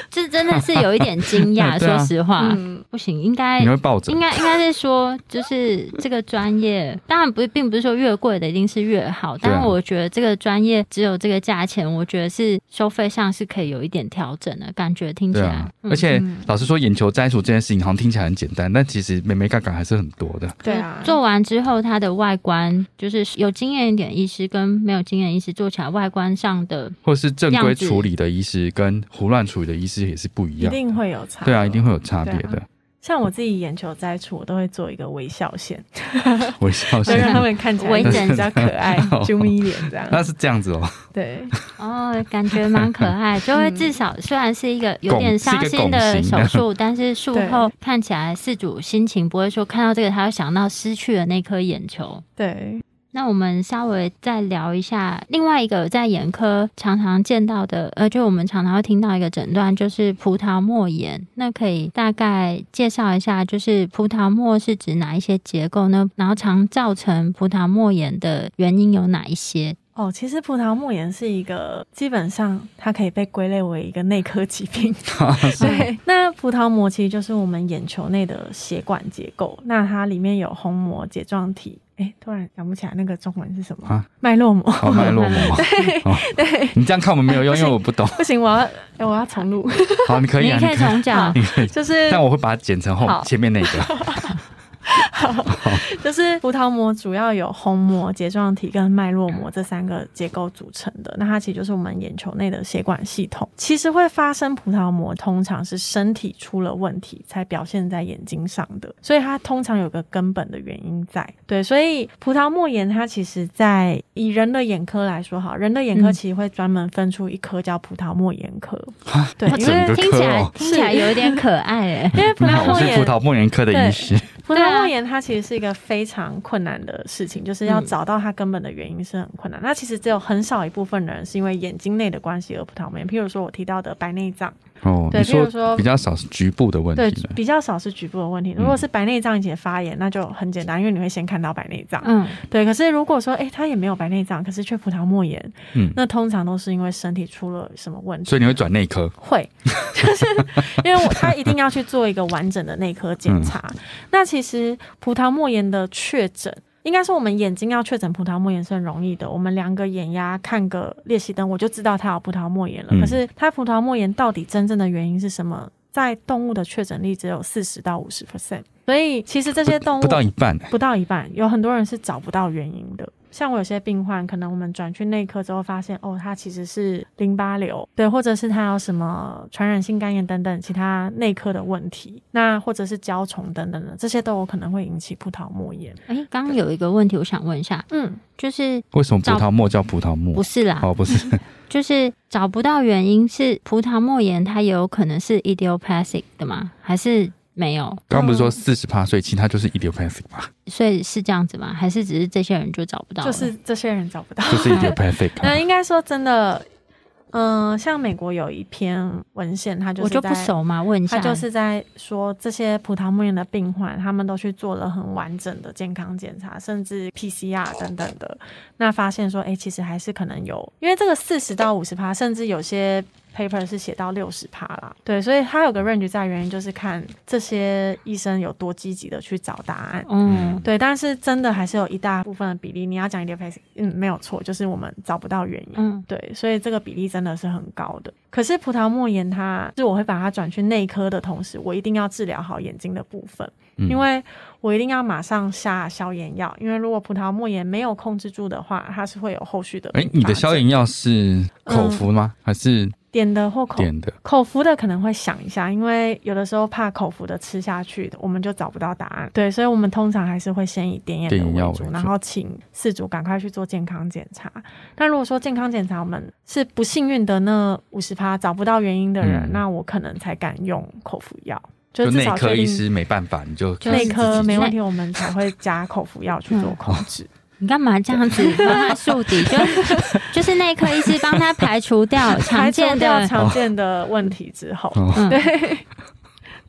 [SPEAKER 1] 这真的是有一点惊讶。
[SPEAKER 2] 对啊
[SPEAKER 1] 说实话，
[SPEAKER 3] 嗯，
[SPEAKER 1] 不行，应该
[SPEAKER 2] 你会抱着
[SPEAKER 1] 哎应该应该是说，就是这个专业，当然不并不是说越贵的一定是越好，
[SPEAKER 2] 对啊
[SPEAKER 1] 但我觉得这个专业只有这个价钱，我觉得是收费上是可以有一点调整的感觉，听起
[SPEAKER 2] 对
[SPEAKER 1] 来。
[SPEAKER 2] 啊，
[SPEAKER 1] 嗯
[SPEAKER 2] 而且
[SPEAKER 3] 嗯
[SPEAKER 2] 老实说，眼球摘除这件事情好像听起来很简单，但其实美眉嘎嘎还是很多的。
[SPEAKER 3] 对啊，
[SPEAKER 1] 嗯做完之后，它的外观就是有经验一点医师跟没有经验医师做起来，外观上 的
[SPEAKER 2] 或是正
[SPEAKER 1] 样
[SPEAKER 2] 规
[SPEAKER 1] 子
[SPEAKER 2] 处理的医师跟胡乱处理的医师也是不一
[SPEAKER 3] 一
[SPEAKER 2] 样，
[SPEAKER 3] 定会有差。
[SPEAKER 2] 对啊，一定会有差别
[SPEAKER 3] 对
[SPEAKER 1] 啊
[SPEAKER 2] 的。
[SPEAKER 3] 像我自己眼球摘除，我都会做一个微笑 线，
[SPEAKER 2] 我笑
[SPEAKER 3] 就
[SPEAKER 2] 死，
[SPEAKER 1] 啊
[SPEAKER 3] 让他们看起来
[SPEAKER 1] 微整
[SPEAKER 3] 比较可爱
[SPEAKER 2] 哦，
[SPEAKER 3] 啾咪脸这
[SPEAKER 2] 那
[SPEAKER 3] 样。
[SPEAKER 2] 是这样子哦，
[SPEAKER 3] 对，
[SPEAKER 1] 哦，感觉蛮可爱，就
[SPEAKER 3] 嗯
[SPEAKER 1] 会至少虽然是一个有点伤心的手术，但是术后看起来事主心情不会说看到这个他会想到失去了那颗眼球。
[SPEAKER 3] 对，
[SPEAKER 1] 那我们稍微再聊一下另外一个在眼科常常见到的，呃，就我们常常会听到一个诊断，就是葡萄膜炎。那可以大概介绍一下，就是葡萄膜是指哪一些结构呢？然后常造成葡萄膜炎的原因有哪一些？
[SPEAKER 3] 哦，其实葡萄膜炎是一个基本上它可以被归类为一个内科疾 病。
[SPEAKER 2] 啊
[SPEAKER 3] 对，那葡萄膜其实就是我们眼球内的血管结构，那它里面有虹膜、睫状体。哎，突然想不起来那个中文是什么，
[SPEAKER 2] 啊
[SPEAKER 3] 脉络膜。
[SPEAKER 2] 好脉 络 膜。哦你这样看我们没有用，因为我不 懂。
[SPEAKER 3] 不行，我要哎我要重录，
[SPEAKER 2] 好，你可以
[SPEAKER 1] 你
[SPEAKER 2] 啊，
[SPEAKER 1] 可以
[SPEAKER 2] 你可以
[SPEAKER 1] 从脚
[SPEAKER 2] 你可以，
[SPEAKER 3] 就 是
[SPEAKER 2] 但我会把它剪成后
[SPEAKER 3] 好
[SPEAKER 2] 前面那个。
[SPEAKER 3] 就是葡萄膜主要有虹膜、睫状体跟脉络膜这三个结构组成的。那它其实就是我们眼球内的血管系统。其实会发生葡萄膜，通常是身体出了问题才表现在眼睛上的，所以它通常有个根本的原因在。对，所以葡萄膜炎它其实在以人的眼科来说好，人的眼科
[SPEAKER 1] 嗯
[SPEAKER 3] 其实会专门分出一科叫葡萄膜炎 科。
[SPEAKER 2] 啊
[SPEAKER 3] 对
[SPEAKER 1] 我
[SPEAKER 3] 因
[SPEAKER 1] 觉
[SPEAKER 3] 为
[SPEAKER 1] 得听起来
[SPEAKER 2] 整个科哦
[SPEAKER 1] 听起来有一点可爱 哎、
[SPEAKER 3] 因为葡
[SPEAKER 2] 你
[SPEAKER 3] 萄
[SPEAKER 2] 好，我
[SPEAKER 3] 膜
[SPEAKER 2] 是
[SPEAKER 3] 炎
[SPEAKER 2] 葡萄莫言科的医师。
[SPEAKER 3] 葡
[SPEAKER 1] 对
[SPEAKER 3] 萄
[SPEAKER 1] 啊
[SPEAKER 3] 膜炎它其实是一个非常困难的事情，就是要找到它根本的原因是很困难。那其实只有很少一部分人是因为眼睛内的关系而葡萄膜炎，譬如说我提到的白内障，
[SPEAKER 2] 哦，
[SPEAKER 3] 对
[SPEAKER 2] 你
[SPEAKER 3] 譬如说
[SPEAKER 2] 比较少是局部的问
[SPEAKER 3] 对
[SPEAKER 2] 题了，，
[SPEAKER 3] 比较少是局部的问题。
[SPEAKER 2] 嗯
[SPEAKER 3] 如果是白内障引起的发炎，那就很简单，因为你会先看到白内障。
[SPEAKER 1] 嗯，
[SPEAKER 3] 对，可是如果说，哎，他也没有白内障，可是却葡萄膜炎，
[SPEAKER 2] 嗯，
[SPEAKER 3] 那通常都是因为身体出了什么问题。
[SPEAKER 2] 所以你会转内科，
[SPEAKER 3] 会， 就是因为我他一定要去做一个完整的内科
[SPEAKER 2] 嗯
[SPEAKER 3] 检查。那其实葡萄膜炎的确诊，应该说我们眼睛要确诊葡萄膜炎是很容易的，我们量个眼压，看个裂隙灯，我就知道他有葡萄膜炎了。
[SPEAKER 2] 嗯
[SPEAKER 3] 可是他葡萄膜炎到底真正的原因是什么？在动物的确诊率只有四十到五十 percent，所以其实这些动物
[SPEAKER 2] 不到一半，
[SPEAKER 3] 不到一半，有很多人是找不到原因的。像我有些病患，可能我们转去内科之后，发现哦，他其实是淋巴瘤，对，或者是他有什么传染性肝炎等等其他内科的问题，那或者是胶虫等等的，这些都有可能会引起葡萄膜炎。
[SPEAKER 1] 哎、刚刚有一个问题我想问一下，
[SPEAKER 3] 嗯，
[SPEAKER 1] 就是
[SPEAKER 2] 为什么葡
[SPEAKER 1] 找
[SPEAKER 2] 萄末叫葡萄
[SPEAKER 1] 不
[SPEAKER 2] 末？
[SPEAKER 1] 是啦，
[SPEAKER 2] 哦，不 是，
[SPEAKER 3] 嗯
[SPEAKER 1] 就是找不到原因是葡萄膜炎，它有可能是 idiopathic 的吗？还是没有？
[SPEAKER 2] 刚刚不是说四十趴，所以其他就是 idiopathic 嘛，
[SPEAKER 1] 所以是这样子吗？还是只是这些人就找不到了？
[SPEAKER 3] 就是这些人找不 到。 呃
[SPEAKER 2] 就是 idiopathic 啊。
[SPEAKER 3] 那应该说真的，嗯、像美国有一篇文献，它就是
[SPEAKER 1] 我就不
[SPEAKER 3] 在
[SPEAKER 1] 熟嘛，问一下。
[SPEAKER 3] 他就是在说这些葡萄膜炎的病患，他们都去做了很完整的健康检查，甚至 PCR 等等的。那发现说，哎、其实还是可能有，因为这个四十到五十趴，甚至有些 paper 是写到六十趴啦。对，所以它有个 range 在，原因就是看这些医生有多积极的去找答案。
[SPEAKER 1] 嗯，
[SPEAKER 3] 对，但是真的还是有一大部分的比例，你要讲一点 face，嗯，没有错，就是我们找不到原因。
[SPEAKER 1] 嗯
[SPEAKER 3] 对，所以这个比例真的是很高的。可是葡萄膜炎它，是我会把它转去内科的同时，我一定要治疗好眼睛的部分，
[SPEAKER 2] 嗯
[SPEAKER 3] 因为我一定要马上下消炎药，因为如果葡萄膜炎没有控制住的话，它是会有后续的并发
[SPEAKER 2] 哎
[SPEAKER 3] 症。，
[SPEAKER 2] 你的消炎药是口服吗？还是
[SPEAKER 3] 点的或嗯口
[SPEAKER 2] 点的？
[SPEAKER 3] 口服的可能会想一下，因为有的时候怕口服的吃下去，我们就找不到答案。对，所以我们通常还是会先以点眼的
[SPEAKER 2] 点眼药
[SPEAKER 3] 为
[SPEAKER 2] 为
[SPEAKER 3] 主
[SPEAKER 2] 主，
[SPEAKER 3] 然后请事主赶快去做健康检查。那如果说健康检查我们是不幸运的那五十趴找不到原因的人，
[SPEAKER 2] 嗯
[SPEAKER 3] 那我可能才敢用口服药，就
[SPEAKER 2] 就是
[SPEAKER 3] 至
[SPEAKER 2] 内
[SPEAKER 3] 少
[SPEAKER 2] 科
[SPEAKER 3] 确
[SPEAKER 2] 医
[SPEAKER 3] 定
[SPEAKER 2] 师没办法，你就开始
[SPEAKER 3] 内科
[SPEAKER 2] 自己嗯
[SPEAKER 3] 没
[SPEAKER 2] 做
[SPEAKER 3] 问题，我们才会加口服药去做控制。
[SPEAKER 1] 你干嘛这样子帮他树敌？ 就就是内科医师帮他排除掉常
[SPEAKER 3] 排除
[SPEAKER 1] 见
[SPEAKER 3] 掉
[SPEAKER 1] 的。
[SPEAKER 3] 常见的哦问题之后，
[SPEAKER 1] 嗯，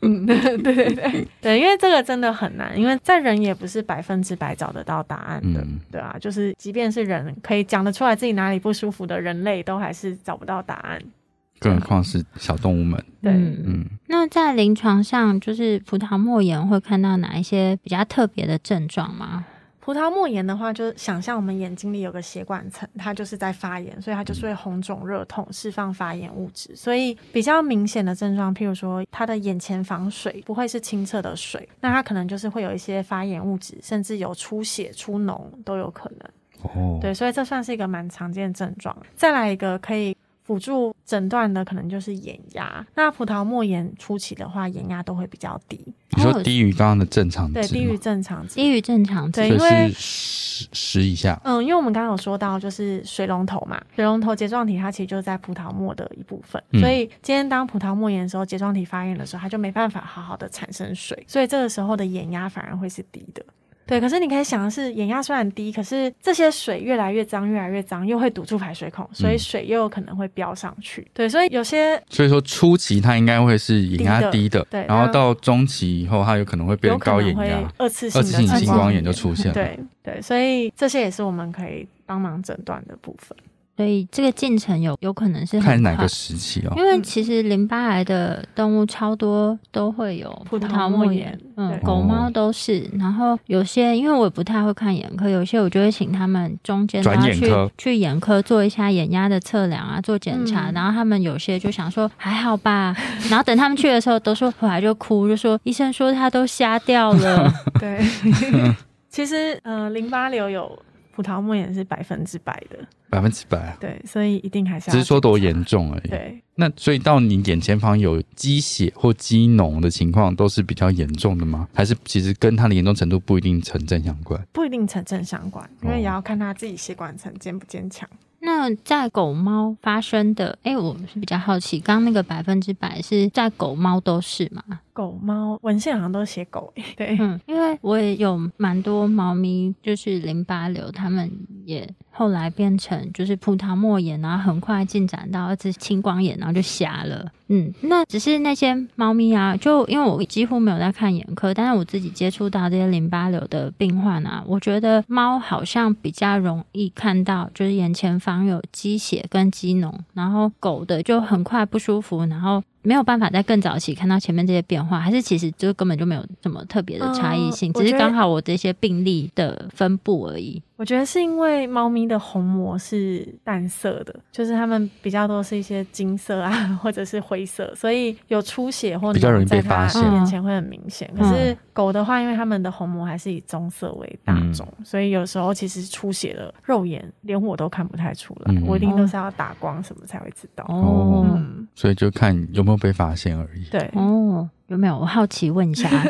[SPEAKER 3] 嗯，对对对对 对，因为这个真的很难，因为在人也不是百分之百找得到答案的，
[SPEAKER 2] 嗯
[SPEAKER 3] 对啊，就是即便是人可以讲得出来自己哪里不舒服的人类，都还是找不到答案。
[SPEAKER 2] 更何况是小动物们。
[SPEAKER 3] 对，
[SPEAKER 1] 嗯，
[SPEAKER 2] 嗯，
[SPEAKER 1] 那在临床上，就是葡萄膜炎会看到哪一些比较特别的症状吗？
[SPEAKER 3] 葡萄膜炎的话，就是想象我们眼睛里有个血管层，它就是在发炎，所以它就是会红肿热痛，释放发炎物质。所以比较明显的症状，譬如说它的眼前防水不会是清澈的水，那它可能就是会有一些发炎物质，甚至有出血、出脓都有可能。
[SPEAKER 2] 哦，
[SPEAKER 3] 对，所以这算是一个蛮常见的症状。再来一个可以辅助诊断的，可能就是眼压。那葡萄膜炎初期的话，眼压都会比较低，
[SPEAKER 2] 你说低于刚刚的正常值
[SPEAKER 3] 哦对，
[SPEAKER 2] 吗，
[SPEAKER 3] 低于正常值。
[SPEAKER 1] 低于正常值
[SPEAKER 3] 对，
[SPEAKER 2] 所
[SPEAKER 3] 因为
[SPEAKER 2] 以是十十以下。
[SPEAKER 3] 嗯，因为我们刚刚有说到，就是水龙头嘛，水龙头睫状体它其实就是在葡萄膜的一部分，
[SPEAKER 2] 嗯
[SPEAKER 3] 所以今天当葡萄膜炎的时候，睫状体发炎的时候，它就没办法好好的产生水，所以这个时候的眼压反而会是低的。对，可是你可以想的是，眼压虽然低，可是这些水越来越脏，越来越脏，又会堵住排水孔，所以
[SPEAKER 2] 嗯
[SPEAKER 3] 水又有可能会飙上去。对，所以有些
[SPEAKER 2] 所以说初期它应该会是眼压低
[SPEAKER 3] 低
[SPEAKER 2] 的，
[SPEAKER 3] 对
[SPEAKER 2] 然
[SPEAKER 3] 然
[SPEAKER 2] 后
[SPEAKER 3] 后
[SPEAKER 2] 到中期以后，它有可能会变
[SPEAKER 3] 有
[SPEAKER 2] 成
[SPEAKER 3] 可
[SPEAKER 2] 高
[SPEAKER 3] 能
[SPEAKER 2] 眼
[SPEAKER 3] 会
[SPEAKER 2] 压，
[SPEAKER 3] 二次性
[SPEAKER 2] 二
[SPEAKER 3] 的
[SPEAKER 2] 次性
[SPEAKER 1] 青
[SPEAKER 3] 青
[SPEAKER 1] 光
[SPEAKER 2] 光
[SPEAKER 1] 眼
[SPEAKER 2] 眼就出现了。
[SPEAKER 3] 对对，所以这些也是我们可以帮忙诊断的部分。
[SPEAKER 1] 所以这个进程有有可能是很
[SPEAKER 2] 看哪个
[SPEAKER 1] 快
[SPEAKER 2] 时期哦
[SPEAKER 1] 因。
[SPEAKER 3] 嗯
[SPEAKER 1] 为其实淋巴癌的动物超多都会有
[SPEAKER 3] 葡萄
[SPEAKER 1] 萄
[SPEAKER 3] 膜
[SPEAKER 1] 炎
[SPEAKER 3] 炎，
[SPEAKER 1] 嗯，
[SPEAKER 3] 对
[SPEAKER 1] 狗猫都是。然后有些因为我也不太会看眼科，有些我就会请他们中间都
[SPEAKER 2] 转
[SPEAKER 1] 要
[SPEAKER 2] 眼
[SPEAKER 1] 去
[SPEAKER 2] 科
[SPEAKER 1] 去眼科做一下眼压的测量啊，做检查。
[SPEAKER 3] 嗯
[SPEAKER 1] 然后他们有些就想说还好吧，然后等他们去的时候都说回来就哭，就说医生说他都瞎掉了。
[SPEAKER 3] 对，其实呃，淋巴瘤有葡萄膜炎是百分之百的，
[SPEAKER 2] 百分之百，啊
[SPEAKER 3] 对，所以一定还是要
[SPEAKER 2] 只是说多
[SPEAKER 3] 检查
[SPEAKER 2] 严。重而已。
[SPEAKER 3] 对，
[SPEAKER 2] 那所以到你眼前方有积血或积脓的情况，都是比较严重的吗？还是其实跟它的严重程度不一定成正相关？
[SPEAKER 3] 不一定成正相关，因
[SPEAKER 2] 哦
[SPEAKER 3] 为也要看他自己血管层坚不坚强。
[SPEAKER 1] 那在狗猫发生的，哎、我是比较好奇，刚刚那个百分之百是在狗猫都是吗？
[SPEAKER 3] 狗猫文献好像都写狗、欸，对，
[SPEAKER 1] 嗯，因为我也有蛮多猫咪，就是淋巴瘤，它们也后来变成就是葡萄膜炎，然后很快进展到一只青光眼，然后就瞎了。嗯，那只是那些猫咪啊，就因为我几乎没有在看眼科，但是我自己接触到这些淋巴瘤的病患啊，我觉得猫好像比较容易看到，就是眼前方有积血跟积脓，然后狗的就很快不舒服，然后没有办法在更早期看到前面这些变化，还是其实就根本就没有什么特别的差异性，
[SPEAKER 3] 嗯
[SPEAKER 1] 只
[SPEAKER 3] 我
[SPEAKER 1] 是
[SPEAKER 3] 觉得
[SPEAKER 1] 刚好呃我这些病例的分布而已。
[SPEAKER 3] 我觉得是因为猫咪的虹膜是淡色的，就是它们比较多是一些金色啊，或者是灰色，所以有出血或
[SPEAKER 2] 比较容易
[SPEAKER 3] 脓在
[SPEAKER 2] 被发
[SPEAKER 3] 它
[SPEAKER 2] 现
[SPEAKER 3] 眼前会很明显。
[SPEAKER 2] 嗯
[SPEAKER 3] 可是狗的话，因为它们的虹膜还是以棕色为大
[SPEAKER 2] 嗯
[SPEAKER 3] 宗，所以有时候其实出血了，肉眼连我都看不太出来，
[SPEAKER 2] 嗯
[SPEAKER 3] 我一定都是要打光什么才会知道。
[SPEAKER 2] 哦
[SPEAKER 3] 嗯，
[SPEAKER 2] 所以就看有没有被发现而已。
[SPEAKER 3] 对，
[SPEAKER 1] 哦，有没有？我好奇问一下。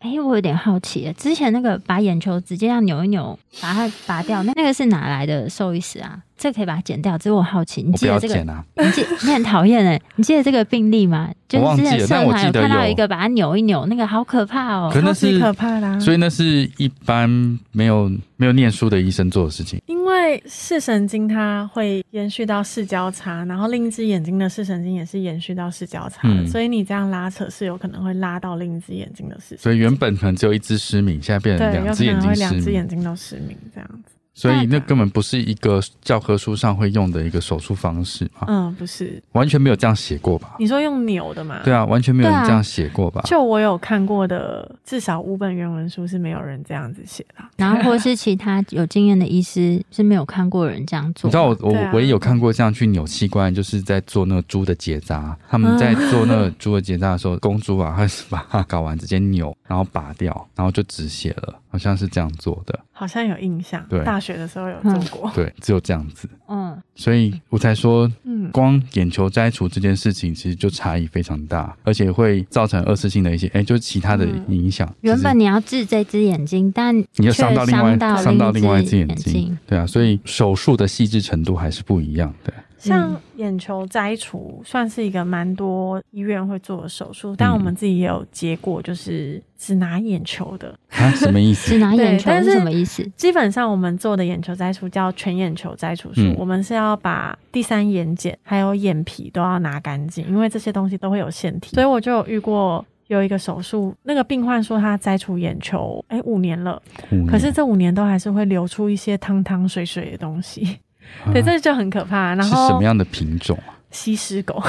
[SPEAKER 1] 哎、我有点好奇耶，之前那个把眼球直接这样扭一扭，把它拔掉，那那个是哪来的兽医师啊？这可以把它剪掉，只是我好奇，你
[SPEAKER 2] 我不
[SPEAKER 1] 记
[SPEAKER 2] 要
[SPEAKER 1] 得这个？
[SPEAKER 2] 剪啊，
[SPEAKER 1] 你记你很讨厌哎，你记得这个病例吗？就
[SPEAKER 2] 我
[SPEAKER 1] 是
[SPEAKER 2] 忘
[SPEAKER 1] 之
[SPEAKER 2] 记了
[SPEAKER 1] 前社
[SPEAKER 2] 但我
[SPEAKER 1] 团有
[SPEAKER 2] 记得
[SPEAKER 1] 看到
[SPEAKER 2] 有
[SPEAKER 1] 一个把它扭一扭，那个好可怕哦
[SPEAKER 2] 可。是那
[SPEAKER 3] 超级
[SPEAKER 2] 是
[SPEAKER 3] 可怕啦、
[SPEAKER 2] 所以那是一般没有没有念书的医生做的事情。
[SPEAKER 3] 因为视神经它会延续到视交叉，然后另一只眼睛的视神经也是延续到视交叉的，
[SPEAKER 2] 嗯
[SPEAKER 3] 所以你这样拉扯是有可能会拉到另一只眼睛的视神经。
[SPEAKER 2] 所以原本可能只有一只失明，现在变成
[SPEAKER 3] 对，有
[SPEAKER 2] 两
[SPEAKER 3] 可
[SPEAKER 2] 只眼
[SPEAKER 3] 能
[SPEAKER 2] 睛
[SPEAKER 3] 会
[SPEAKER 2] 失
[SPEAKER 3] 两只
[SPEAKER 2] 明
[SPEAKER 3] 眼，睛都失明这样子。
[SPEAKER 2] 所以那根本不是一个教科书上会用的一个手术方式嘛，
[SPEAKER 3] 嗯，不是，
[SPEAKER 2] 完全没有这样写过吧？
[SPEAKER 3] 你说用扭的嘛？
[SPEAKER 2] 对
[SPEAKER 3] 啊。
[SPEAKER 2] 啊，完全没有人
[SPEAKER 1] 对啊
[SPEAKER 2] 这样写过吧？
[SPEAKER 3] 就我有看过的，至少五本原文书是没有人这样子写啦。
[SPEAKER 1] 然后或是其他有经验的医师是没有看过人这样做。
[SPEAKER 2] 你知道我我
[SPEAKER 3] 对啊
[SPEAKER 2] 唯一有看过这样去扭器官，就是在做那个猪的结
[SPEAKER 3] 嗯
[SPEAKER 2] 扎。他们在做那个猪的结扎的时候，公猪啊，它是把它睾丸直接扭，然后拔掉，然后就止血了，好像是这样做的。
[SPEAKER 3] 好像有印象，
[SPEAKER 2] 对
[SPEAKER 3] 大学的时候有做过。
[SPEAKER 2] 对，只有这样子，
[SPEAKER 1] 嗯，
[SPEAKER 2] 所以我才说，
[SPEAKER 3] 嗯，
[SPEAKER 2] 光眼球摘除这件事情，其实就差异非常大，而且会造成二次性的一些，哎，就是其他的影响。
[SPEAKER 1] 原
[SPEAKER 2] 其实
[SPEAKER 1] 本你要治这只眼睛，但
[SPEAKER 2] 你又伤到另外
[SPEAKER 1] 却伤到
[SPEAKER 2] 伤到
[SPEAKER 1] 另一
[SPEAKER 2] 另外一
[SPEAKER 1] 只
[SPEAKER 2] 只眼
[SPEAKER 1] 眼
[SPEAKER 2] 睛
[SPEAKER 1] 睛，
[SPEAKER 2] 对啊，所以手术的细致程度还是不一样的。
[SPEAKER 3] 像
[SPEAKER 2] 嗯
[SPEAKER 3] 眼球摘除算是一个蛮多医院会做的手术，
[SPEAKER 2] 嗯
[SPEAKER 3] 但我们自己也有结果，就是只拿眼球的。
[SPEAKER 2] 啊，什么意思？
[SPEAKER 1] 只拿眼
[SPEAKER 3] 对
[SPEAKER 1] 球
[SPEAKER 3] 但
[SPEAKER 1] 是
[SPEAKER 3] 是
[SPEAKER 1] 什么意思？
[SPEAKER 3] 基本上我们做的眼球摘除叫全眼球摘除术，
[SPEAKER 2] 嗯
[SPEAKER 3] 我们是要把第三眼睑还有眼皮都要拿干净，因为这些东西都会有腺体。所以我就有遇过有一个手术，那个病患说他摘除眼球，哎、五年了，
[SPEAKER 2] 五
[SPEAKER 3] 可是
[SPEAKER 2] 年
[SPEAKER 3] 这五年都还是会流出一些汤汤水水的东西，
[SPEAKER 2] 啊
[SPEAKER 3] 对，这就很可怕。然
[SPEAKER 2] 是什
[SPEAKER 3] 后
[SPEAKER 2] 么样的品种啊？
[SPEAKER 3] 吸尸狗。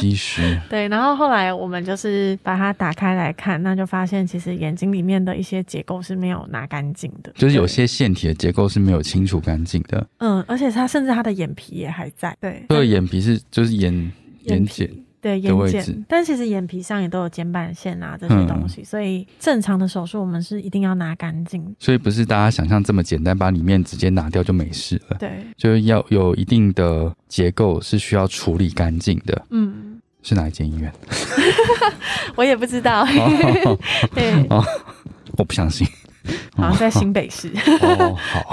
[SPEAKER 2] 吸食
[SPEAKER 3] 对，然后后来我们就是把它打开来看，那就发现其实眼睛里面的一些结构是没有拿干净的，
[SPEAKER 2] 就是有
[SPEAKER 3] 对
[SPEAKER 2] 些腺体的结构是没有清除干净的，
[SPEAKER 3] 嗯，而且它甚至它的眼皮也还在，对，
[SPEAKER 2] 所以眼皮是就是眼眼睑
[SPEAKER 3] 皮对眼
[SPEAKER 2] 的位置
[SPEAKER 3] 睑，但其实眼皮上也都有睑板腺啊这些东
[SPEAKER 2] 嗯
[SPEAKER 3] 西，所以正常的手术我们是一定要拿干净。
[SPEAKER 2] 所以不是大家想象这么简单，把里面直接拿掉就没事了，
[SPEAKER 3] 对，
[SPEAKER 2] 就是要有一定的结构是需要处理干净的。
[SPEAKER 3] 嗯，
[SPEAKER 2] 是哪一间医院？
[SPEAKER 3] 我也不知道，
[SPEAKER 2] 哦、
[SPEAKER 3] 对，
[SPEAKER 2] 我不相信。
[SPEAKER 3] 好像在新北市。
[SPEAKER 2] 哦，好，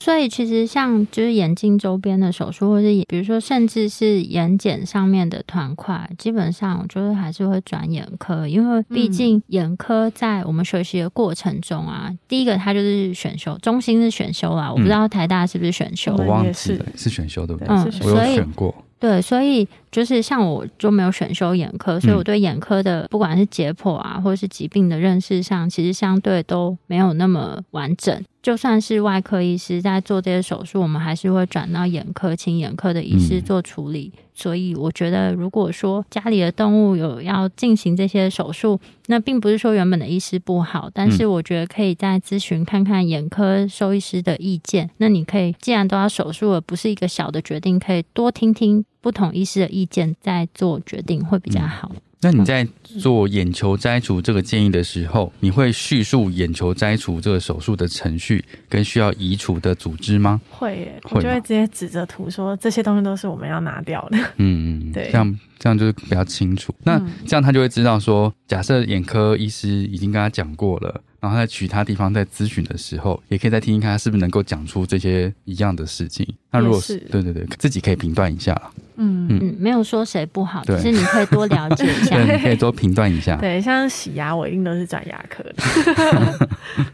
[SPEAKER 1] 所以其实像就是眼睛周边的手术，或是比如说甚至是眼睑上面的团块，基本上我觉得还是会转眼科，因为毕竟眼科在我们学习的过程中啊，第一个它就是选修，中心是选修啊，我不知道台大是不是选修，
[SPEAKER 2] 我
[SPEAKER 3] 嗯
[SPEAKER 2] 忘
[SPEAKER 3] 也
[SPEAKER 2] 记
[SPEAKER 3] 是
[SPEAKER 2] 了，是选修对不对？
[SPEAKER 1] 嗯
[SPEAKER 3] 是
[SPEAKER 2] 我
[SPEAKER 3] 选
[SPEAKER 1] 所以
[SPEAKER 2] 有选过，
[SPEAKER 1] 对，所以就是像我就没有选修眼科，所以我对眼科的不管是解剖啊，或者是疾病的认识上，其实相对都没有那么完整。就算是外科医师在做这些手术，我们还是会转到眼科，请眼科的医师
[SPEAKER 2] 嗯
[SPEAKER 1] 做处理。所以我觉得，如果说家里的动物有要进行这些手术，那并不是说原本的医师不好，但是
[SPEAKER 2] 嗯
[SPEAKER 1] 我觉得可以再咨询看看眼科兽医师的意见。那你可以，既然都要手术了，不是一个小的决定，可以多听听不同医师的意见，再做决定会比
[SPEAKER 2] 嗯
[SPEAKER 1] 较好。
[SPEAKER 2] 那你在做眼球摘除这个建议的时候，你会叙述眼球摘除这个手术的程序跟需要移除的组织吗？
[SPEAKER 3] 会耶，
[SPEAKER 2] 会
[SPEAKER 3] 我就
[SPEAKER 2] 吗
[SPEAKER 3] 会直接指着图说这些东西都是我们要拿掉的。
[SPEAKER 2] 嗯，嗯
[SPEAKER 3] 对
[SPEAKER 2] 这样这样就是比较清楚。那
[SPEAKER 3] 嗯
[SPEAKER 2] 这样他就会知道说，假设眼科医师已经跟他讲过了，然后他在其他地方在咨询的时候，也可以再听听看他是不是能够讲出这些一样的事情。那如果
[SPEAKER 3] 也是
[SPEAKER 2] 对对对，自己可以评断一下啦。
[SPEAKER 3] 嗯，
[SPEAKER 1] 嗯，没有说谁不好，
[SPEAKER 2] 对
[SPEAKER 1] 只是你可以多了解一下。
[SPEAKER 2] 对，你可以多评断一下。
[SPEAKER 3] 对，像洗牙，我一定都是转牙科的。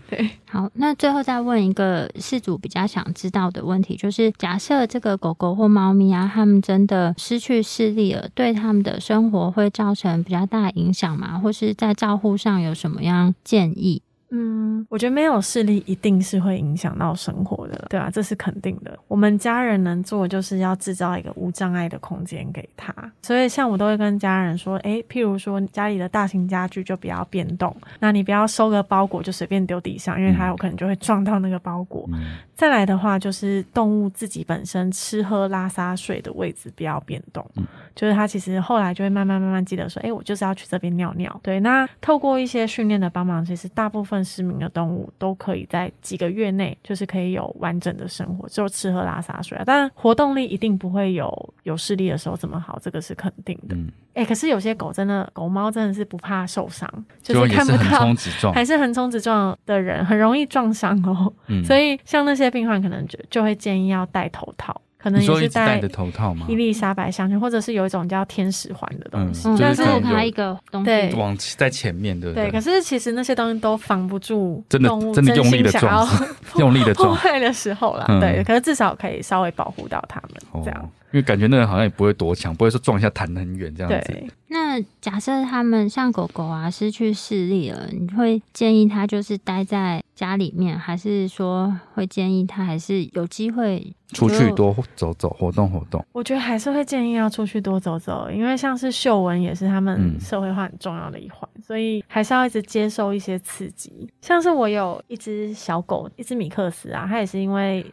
[SPEAKER 3] 对，
[SPEAKER 1] 好，那最后再问一个事主比较想知道的问题，就是假设这个狗狗或猫咪啊，它们真的失去视力了，对它们的生活会造成比较大影响吗？或是在照护上有什么样建议？
[SPEAKER 3] 嗯，我觉得没有视力一定是会影响到生活的，对啊，这是肯定的。我们家人能做的就是要制造一个无障碍的空间给他，所以像我都会跟家人说，诶，譬如说你家里的大型家具就不要变动，那你不要收个包裹就随便丢地上，因为它有可能就会撞到那个包裹。
[SPEAKER 2] 嗯
[SPEAKER 3] 再来的话，就是动物自己本身吃喝拉撒睡的位置不要变动，
[SPEAKER 2] 嗯
[SPEAKER 3] 就是它其实后来就会慢慢慢慢记得说，哎、我就是要去这边尿尿。对，那透过一些训练的帮忙，其实大部分失明的动物都可以在几个月内，就是可以有完整的生活，就吃喝拉撒睡啊。当然，活动力一定不会有有视力的时候这么好，这个是肯定的。
[SPEAKER 2] 嗯，
[SPEAKER 3] 哎、可是有些狗真的，狗猫真的是不怕受伤，就
[SPEAKER 2] 就是也
[SPEAKER 3] 看
[SPEAKER 2] 是
[SPEAKER 3] 不
[SPEAKER 2] 横
[SPEAKER 3] 到
[SPEAKER 2] 冲。直撞，
[SPEAKER 3] 还是横冲直撞的人很容易撞伤哦，
[SPEAKER 2] 嗯
[SPEAKER 3] 所以像那些病患可能就就会建议要戴头套，可能
[SPEAKER 2] 你
[SPEAKER 3] 也
[SPEAKER 2] 说一
[SPEAKER 3] 是
[SPEAKER 2] 直戴
[SPEAKER 3] 戴
[SPEAKER 2] 着头套吗
[SPEAKER 3] 伊？丽莎白项圈，或者是有一种叫天使环的东
[SPEAKER 1] 嗯，
[SPEAKER 3] 西。
[SPEAKER 2] 嗯
[SPEAKER 1] 那
[SPEAKER 2] 就是是
[SPEAKER 1] 给
[SPEAKER 2] 可能
[SPEAKER 1] 它
[SPEAKER 2] 有
[SPEAKER 1] 一个东西。
[SPEAKER 3] 对
[SPEAKER 2] 往在前面，对不
[SPEAKER 3] 对，可是其实那些东西都防不住
[SPEAKER 2] 真的
[SPEAKER 3] 动物
[SPEAKER 2] 真的用力地
[SPEAKER 3] 心想
[SPEAKER 2] 撞
[SPEAKER 3] 要
[SPEAKER 2] 用力的
[SPEAKER 3] 破
[SPEAKER 2] 撞，
[SPEAKER 3] 坏的时候啦。
[SPEAKER 2] 嗯
[SPEAKER 3] 对，可是至少可以稍微保护到它们 这样
[SPEAKER 2] 哦。，因为感觉那个人好像也不会多强，不会说撞一下弹得很远这样子。
[SPEAKER 3] 对，
[SPEAKER 1] 那假设它们像狗狗啊失去视力了，你会建议它就是待在家里面，还是说会建议它还是有机会
[SPEAKER 2] 出去
[SPEAKER 1] 就
[SPEAKER 2] 多走走，活动活动。
[SPEAKER 3] 我觉得还是会建议要出去多走走，因为像是嗅闻也是他们
[SPEAKER 2] 嗯
[SPEAKER 3] 社会化很重要的一环，所以还是要一直接受一些刺激。像是我有一只小狗，一只米克斯啊，它也是因为。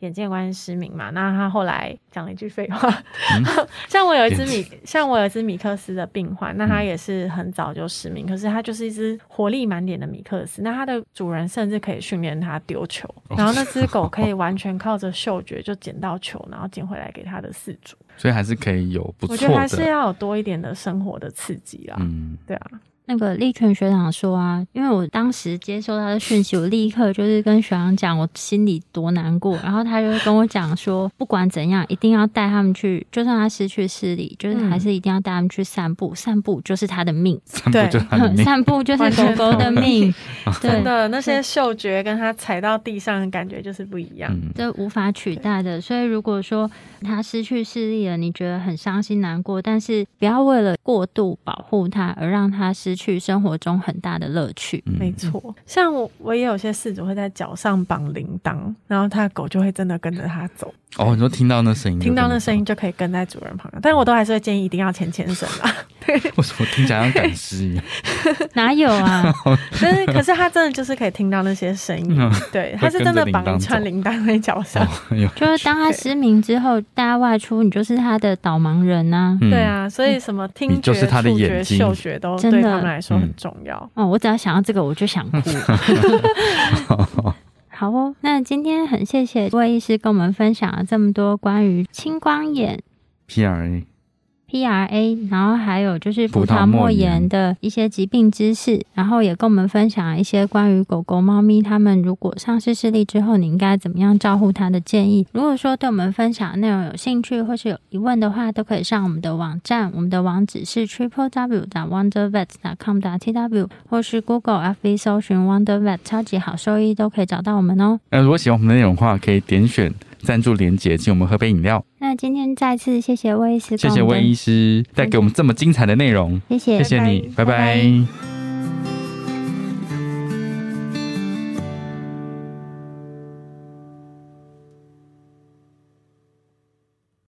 [SPEAKER 3] 眼见关系失明嘛，那它后来讲了一句废话。 像我有一只米，像我有一只米克斯的病患，那它也是很早就失明，可是它就是一只活力满点的米克斯。那它的主人甚至可以训练它丢球，然后那只狗可以完全靠着嗅觉就捡到球，然后捡回来给它的饲主。
[SPEAKER 2] 所以还是可以有不
[SPEAKER 3] 我
[SPEAKER 2] 错
[SPEAKER 3] 觉得还是
[SPEAKER 2] 的，
[SPEAKER 3] 要有多一点的生活的刺激啦。
[SPEAKER 2] 嗯，
[SPEAKER 3] 对啊，
[SPEAKER 1] 那个立全学长说啊，因为我当时接收他的讯息，我立刻就是跟学长讲我心里多难过，然后他就跟我讲说，不管怎样，一定要带他们去，就算他失去视力，就是还是一定要带他们去散步，散步就是他的命，
[SPEAKER 2] 散
[SPEAKER 3] 对
[SPEAKER 2] 步就很命。
[SPEAKER 1] 散步就是狗狗的命， 对
[SPEAKER 3] 真，
[SPEAKER 1] 嗯
[SPEAKER 3] 的那些嗅觉跟它踩到地上的感觉就是不一样。
[SPEAKER 2] 嗯，
[SPEAKER 1] 这无法取代的。所以如果说他失去视力了，你觉得很伤心难过，但是不要为了过度保护他而让他失去生活中很大的乐趣。
[SPEAKER 2] 嗯
[SPEAKER 3] 没错，像我我也有些事主会在脚上绑铃铛，然后他的狗就会真的跟着它走，
[SPEAKER 2] 哦，你说听到那声音，
[SPEAKER 3] 听到那声音，就可以跟在主人旁边。但我都还是会建议一定要牵牵绳 啊啦。
[SPEAKER 2] 为什么听起来像赶尸 一样？
[SPEAKER 1] 哪有啊？
[SPEAKER 3] 但是可是他真的就是可以听到那些声音，
[SPEAKER 2] 嗯
[SPEAKER 3] 对，他是真的绑一串铃铛在脚上。
[SPEAKER 2] 哎呦，
[SPEAKER 1] 就是当他失明之后，大家外出，你就是他的导盲人呐、
[SPEAKER 2] 嗯
[SPEAKER 3] 对，啊，所以什么听
[SPEAKER 2] 你就
[SPEAKER 3] 觉、
[SPEAKER 2] 是他的
[SPEAKER 3] 触觉、
[SPEAKER 2] 眼睛
[SPEAKER 3] 嗅觉都
[SPEAKER 1] 真
[SPEAKER 3] 对
[SPEAKER 1] 的
[SPEAKER 3] 他们来说很
[SPEAKER 2] 嗯
[SPEAKER 3] 重要。
[SPEAKER 1] 哦，我只要想到这个，我就想哭。好哦，那今天很谢谢魏医师跟我们分享了这么多关于青光眼、
[SPEAKER 2] P R A，
[SPEAKER 1] PRA，然后还有就是葡
[SPEAKER 2] 葡
[SPEAKER 1] 萄
[SPEAKER 2] 萄
[SPEAKER 1] 膜
[SPEAKER 2] 膜
[SPEAKER 1] 炎
[SPEAKER 2] 炎
[SPEAKER 1] 的一些疾病知识，然后也跟我们分享一些关于狗狗、猫咪它们如果丧失视力之后，你应该怎么样照顾它的建议。如果说对我们分享的内容有兴趣或是有疑问的话，都可以上我们的网站，我们的网址是 triple w wonder vet com t w 或是 Google FB 搜寻 Wonder Vet 超级好兽医都可以找到我们哦。
[SPEAKER 2] 那如果喜欢我们的内容的话，可以点选赞助连结，请我们喝杯饮料。
[SPEAKER 1] 那今天再次谢谢魏医师
[SPEAKER 2] 谢
[SPEAKER 1] 跟
[SPEAKER 2] 谢
[SPEAKER 1] 我们
[SPEAKER 2] 魏
[SPEAKER 1] 的，
[SPEAKER 2] 医师带给我们这么精彩的内容，
[SPEAKER 1] 谢谢
[SPEAKER 2] 谢谢你，
[SPEAKER 3] 拜拜
[SPEAKER 2] 拜
[SPEAKER 3] 拜
[SPEAKER 2] 拜
[SPEAKER 3] 拜